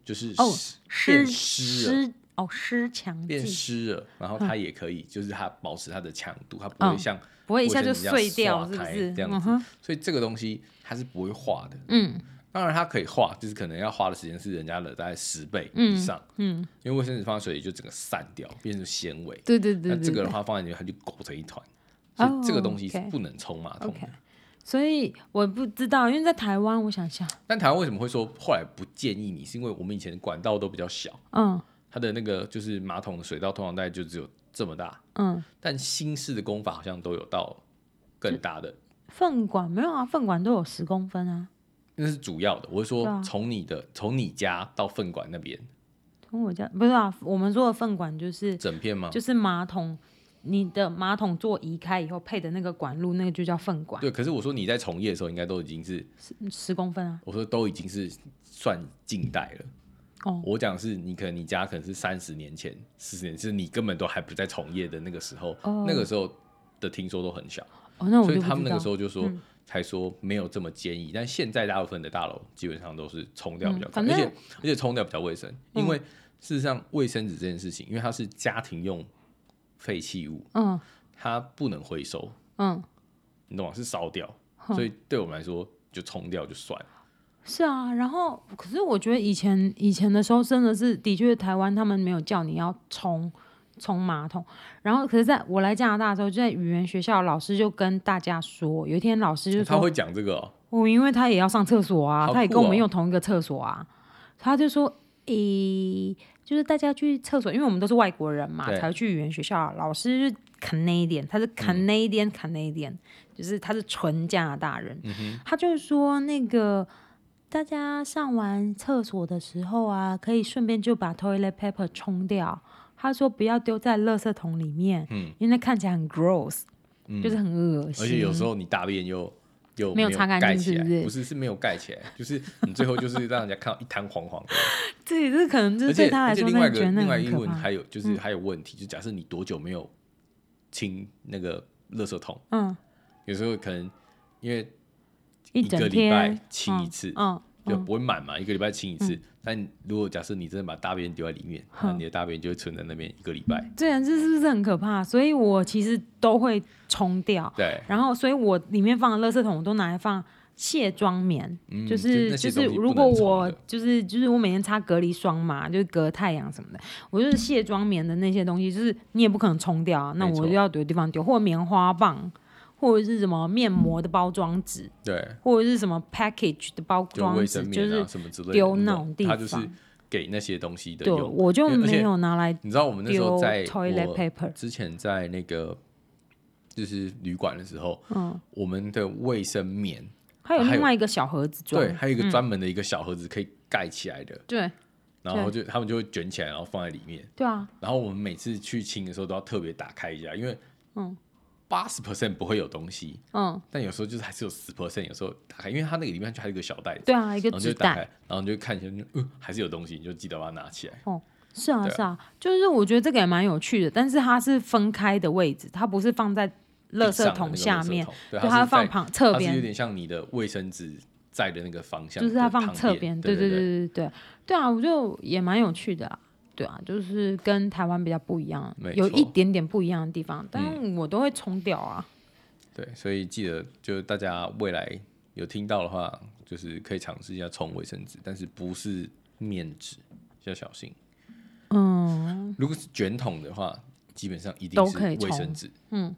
Speaker 1: 就是
Speaker 2: 哦
Speaker 1: 湿
Speaker 2: 湿
Speaker 1: 变湿了。
Speaker 2: 湿哦，湿强
Speaker 1: 变
Speaker 2: 剂，
Speaker 1: 湿了，然后它也可以，就是它保持它的强度，它不会
Speaker 2: 嗯
Speaker 1: 像
Speaker 2: 不会一下就
Speaker 1: 卫生纸
Speaker 2: 碎
Speaker 1: 这样
Speaker 2: 掉，是
Speaker 1: 刷
Speaker 2: 不
Speaker 1: 开
Speaker 2: 是？
Speaker 1: 这样
Speaker 2: 嗯
Speaker 1: 子，
Speaker 2: 哼
Speaker 1: 所以这个东西它是不会化的。
Speaker 2: [laughs] 嗯
Speaker 1: 当然它可以化，就是可能要花的时间是人家的大概十倍以上，
Speaker 2: 嗯，
Speaker 1: 因为卫生纸放在水里就整个散掉，变成纤维。
Speaker 2: 对对对
Speaker 1: 那
Speaker 2: 对
Speaker 1: 这个的
Speaker 2: 对
Speaker 1: 话放在里面它就裹成一团，所
Speaker 2: 哦
Speaker 1: 以这个东西是
Speaker 2: OK
Speaker 1: 不能冲马桶的。
Speaker 2: OK，所以我不知道，因为在台湾，我想一下，
Speaker 1: 但台湾为什么会说后来不建议你？是因为我们以前管道都比较小，
Speaker 2: 嗯
Speaker 1: 它的那个就是马桶的水道通常大概就只有这么大，
Speaker 2: 嗯，
Speaker 1: 但新式的工法好像都有到更大的
Speaker 2: 粪管没有啊，粪管都有十公分啊，
Speaker 1: 那是主要的。我是
Speaker 2: 对
Speaker 1: 说
Speaker 2: 啊，
Speaker 1: 从你的从你家到粪管那边
Speaker 2: 从我家不是啊，我们说的粪管就是
Speaker 1: 整片吗？
Speaker 2: 就是马桶你的马桶座移开以后配的那个管路，那个就叫粪管，
Speaker 1: 对，可是我说你在从业的时候，应该都已经是，
Speaker 2: 十公分啊。
Speaker 1: 我说都已经是算近代了。
Speaker 2: 哦
Speaker 1: 我讲是你可能你家可能是三十年前、四十年，是你根本都还不在从业的那个时候，
Speaker 2: 哦
Speaker 1: 那个时候的听说都很小，
Speaker 2: 哦，那我
Speaker 1: 所以
Speaker 2: 就不知道。嗯
Speaker 1: 他们那个时候就说。才说没有这么坚毅，但现在大部分的大楼基本上都是冲掉比较
Speaker 2: 嗯
Speaker 1: 干，
Speaker 2: 反
Speaker 1: 而
Speaker 2: 正嗯
Speaker 1: 且而且冲掉比较卫生，因为事实上卫生纸这件事情，因为它是家庭用废弃物，
Speaker 2: 嗯
Speaker 1: 它不能回收，
Speaker 2: 嗯，
Speaker 1: 你懂吗？是烧掉，所以对我们来说就冲掉就算了。
Speaker 2: 是啊。然后，可是我觉得以前以前的时候，真的是的确台湾他们没有叫你要冲冲马桶。然后，可是在我来加拿大的时候，就在语言学校，老师就跟大家说，有一天老师就
Speaker 1: 他
Speaker 2: 说，
Speaker 1: 会讲这个、哦，
Speaker 2: 我因为他也要上厕所啊，
Speaker 1: 好
Speaker 2: 他也
Speaker 1: 酷
Speaker 2: 跟我们
Speaker 1: 哦
Speaker 2: 用同一个厕所啊，他就说，诶、就是大家去厕所，因为我们都是外国人嘛，
Speaker 1: 对嗯
Speaker 2: 才会去语言学校。啊老师是 Canadian，他是 Canadian、Canadian，就是他是纯加拿大人。
Speaker 1: 嗯
Speaker 2: 他就说那个大家上完厕所的时候啊，可以顺便就把 toilet paper 冲掉。他说不要丢在垃圾桶里面，因为那看起来很 gross，、就是很恶
Speaker 1: 嗯
Speaker 2: 心。
Speaker 1: 而且有时候你大便又又
Speaker 2: 没有
Speaker 1: 有
Speaker 2: 擦干净
Speaker 1: 盖起来
Speaker 2: 是不是
Speaker 1: 不是是没有盖起来，就是你最后就是让人家看到一滩黄黄的。
Speaker 2: 对，这可能就是
Speaker 1: 而且
Speaker 2: 对他来
Speaker 1: 而且
Speaker 2: 说，
Speaker 1: 另
Speaker 2: 那
Speaker 1: 外一
Speaker 2: 你
Speaker 1: 个
Speaker 2: 觉得那
Speaker 1: 另外
Speaker 2: 很
Speaker 1: 一个
Speaker 2: 可
Speaker 1: 问题
Speaker 2: 怕。嗯
Speaker 1: 还有就是还有问题，就假设你多久没有清那个垃圾桶，
Speaker 2: 嗯，
Speaker 1: 有时候可能因为
Speaker 2: 一
Speaker 1: 一个
Speaker 2: 整
Speaker 1: 礼拜
Speaker 2: 天
Speaker 1: 清一次，
Speaker 2: 嗯，
Speaker 1: 就不会满嘛，一个礼拜清一次。但如果假设你真的把大便丢在里面，那你的大便就会存在那边一个礼拜。
Speaker 2: 对啊，这是不是很可怕？所以我其实都会冲掉，
Speaker 1: 对，
Speaker 2: 然后所以我里面放的垃圾桶我都拿来放卸妆棉，
Speaker 1: 嗯
Speaker 2: 就
Speaker 1: 就是
Speaker 2: 是
Speaker 1: 那些
Speaker 2: 就是
Speaker 1: 东西不
Speaker 2: 如果
Speaker 1: 能冲
Speaker 2: 我
Speaker 1: 的
Speaker 2: 就是就是我每天擦隔离霜嘛，就是隔太阳什么的，我就是卸妆棉的那些东西，就是你也不可能冲掉啊，那
Speaker 1: 没
Speaker 2: 我
Speaker 1: 错
Speaker 2: 就要丢地方丢，或棉花棒，或者是什么面膜的包装纸，
Speaker 1: 对，
Speaker 2: 或者是什么 package 的包
Speaker 1: 就
Speaker 2: 装
Speaker 1: 卫
Speaker 2: 纸，
Speaker 1: 生
Speaker 2: 就
Speaker 1: 棉
Speaker 2: 是
Speaker 1: 啊什么之类的，
Speaker 2: 丢
Speaker 1: 那
Speaker 2: 那种地
Speaker 1: 它就是
Speaker 2: 方
Speaker 1: 给那些东西的
Speaker 2: 对，
Speaker 1: 用。
Speaker 2: 我就
Speaker 1: 因为而且
Speaker 2: 没有拿来
Speaker 1: 你知道我们那时候
Speaker 2: 丢
Speaker 1: 在
Speaker 2: toilet
Speaker 1: 我
Speaker 2: paper
Speaker 1: 之前在那个就是旅馆的时候，
Speaker 2: 嗯，
Speaker 1: 我们的卫生棉
Speaker 2: 还有
Speaker 1: 还有
Speaker 2: 另外一个小盒子装。嗯
Speaker 1: 对，还有一个专门的一个小盒子可以盖起来的，
Speaker 2: 对
Speaker 1: 然后就他们就会卷起来，然后放在里面。
Speaker 2: 对啊，
Speaker 1: 然后我们每次去清的时候都要特别打开一下，因为
Speaker 2: 嗯
Speaker 1: 八十 percent 不会有东西，
Speaker 2: 嗯，
Speaker 1: 但有时候就是还是有十 percent，有时候打开，因为它那个里面就还有一个小袋子，
Speaker 2: 对啊，一个
Speaker 1: 然后就
Speaker 2: 纸
Speaker 1: 打
Speaker 2: 袋
Speaker 1: 开，然后你就看一下，就嗯，还是有东西，你就记得把它拿起来。
Speaker 2: 是啊
Speaker 1: 对啊
Speaker 2: 是啊，就是我觉得这个也蛮有趣的，但是它是分开的位置，它不是放在垃圾桶下面，
Speaker 1: 地上的那个垃圾桶对，
Speaker 2: 对，它
Speaker 1: 是
Speaker 2: 是放
Speaker 1: 在
Speaker 2: 旁侧
Speaker 1: 它是有
Speaker 2: 边，
Speaker 1: 点像你的卫生纸在的那个方向，
Speaker 2: 就是它放侧
Speaker 1: 边
Speaker 2: 边，，
Speaker 1: 对
Speaker 2: 对
Speaker 1: 对。
Speaker 2: 对对对对啊，我就也蛮有趣的啊。对啊，就是跟台湾比较不一样
Speaker 1: 没，
Speaker 2: 有
Speaker 1: 错嗯
Speaker 2: 一点点不一样的地方，但我都会冲掉啊。
Speaker 1: 对，所以记得，就大家未来有听到的话，就是可以尝试一下冲卫生纸，但是不是面纸，要小心。嗯，如果是卷筒的话，基本上一定
Speaker 2: 都
Speaker 1: 是
Speaker 2: 可以
Speaker 1: 卫生
Speaker 2: 冲
Speaker 1: 纸。嗯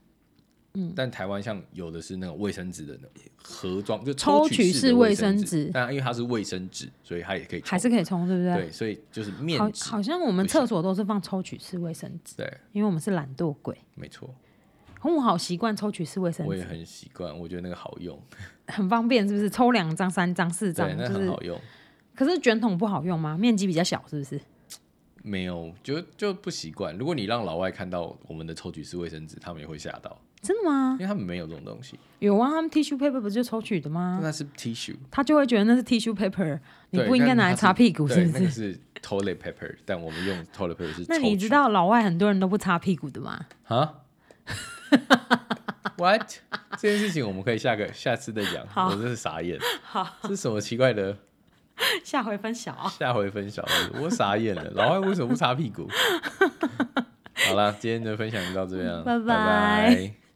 Speaker 1: 嗯，但台湾像有的是那种卫生纸的盒装，就
Speaker 2: 抽取
Speaker 1: 取
Speaker 2: 式
Speaker 1: 的
Speaker 2: 卫
Speaker 1: 卫生
Speaker 2: 生纸
Speaker 1: 但因为它是卫生纸，所以它也可以冲。
Speaker 2: 还是可以冲，对不对？
Speaker 1: 对，所以就是面
Speaker 2: 好，
Speaker 1: 纸，
Speaker 2: 好像我们
Speaker 1: 不行
Speaker 2: 厕所都是放抽取式卫生纸，
Speaker 1: 对，
Speaker 2: 因为我们是懒惰鬼。
Speaker 1: 没错，
Speaker 2: 可我好习惯抽取式卫生
Speaker 1: 我也
Speaker 2: 纸，
Speaker 1: 很习惯，我觉得那个好用，
Speaker 2: 很方便，是不是？抽两张、三张、四张
Speaker 1: 对，，那
Speaker 2: 就是
Speaker 1: 很好用。
Speaker 2: 可是卷筒不好用吗？面积比较小，是不是？
Speaker 1: 没有，就就不习惯。如果你让老外看到我们的抽取式卫生纸，他们也会吓到，
Speaker 2: 真的吗
Speaker 1: 因？为他们没有这种东西，
Speaker 2: 有啊，他们 tissue paper 不是就抽取的吗？
Speaker 1: 那是 tissue，
Speaker 2: 他就会觉得那是 tissue paper，你
Speaker 1: 对
Speaker 2: 不应该
Speaker 1: 但
Speaker 2: 拿来
Speaker 1: 它是
Speaker 2: 擦屁股，
Speaker 1: 对
Speaker 2: 是不
Speaker 1: 那个
Speaker 2: 是？
Speaker 1: 是 toilet paper，但我们用 toilet paper 是抽取。
Speaker 2: 那你知道老外很多人都不擦屁股的吗？
Speaker 1: 啊？What？这件事情我们可以下个下次再讲。我真是傻眼，
Speaker 2: 好，
Speaker 1: 这是什么奇怪的？
Speaker 2: 下回分享啊。
Speaker 1: 下回分享，我傻眼了，老外为什么不擦屁股？好啦，今天的分享就到这边了，
Speaker 2: [laughs] 拜拜
Speaker 1: 拜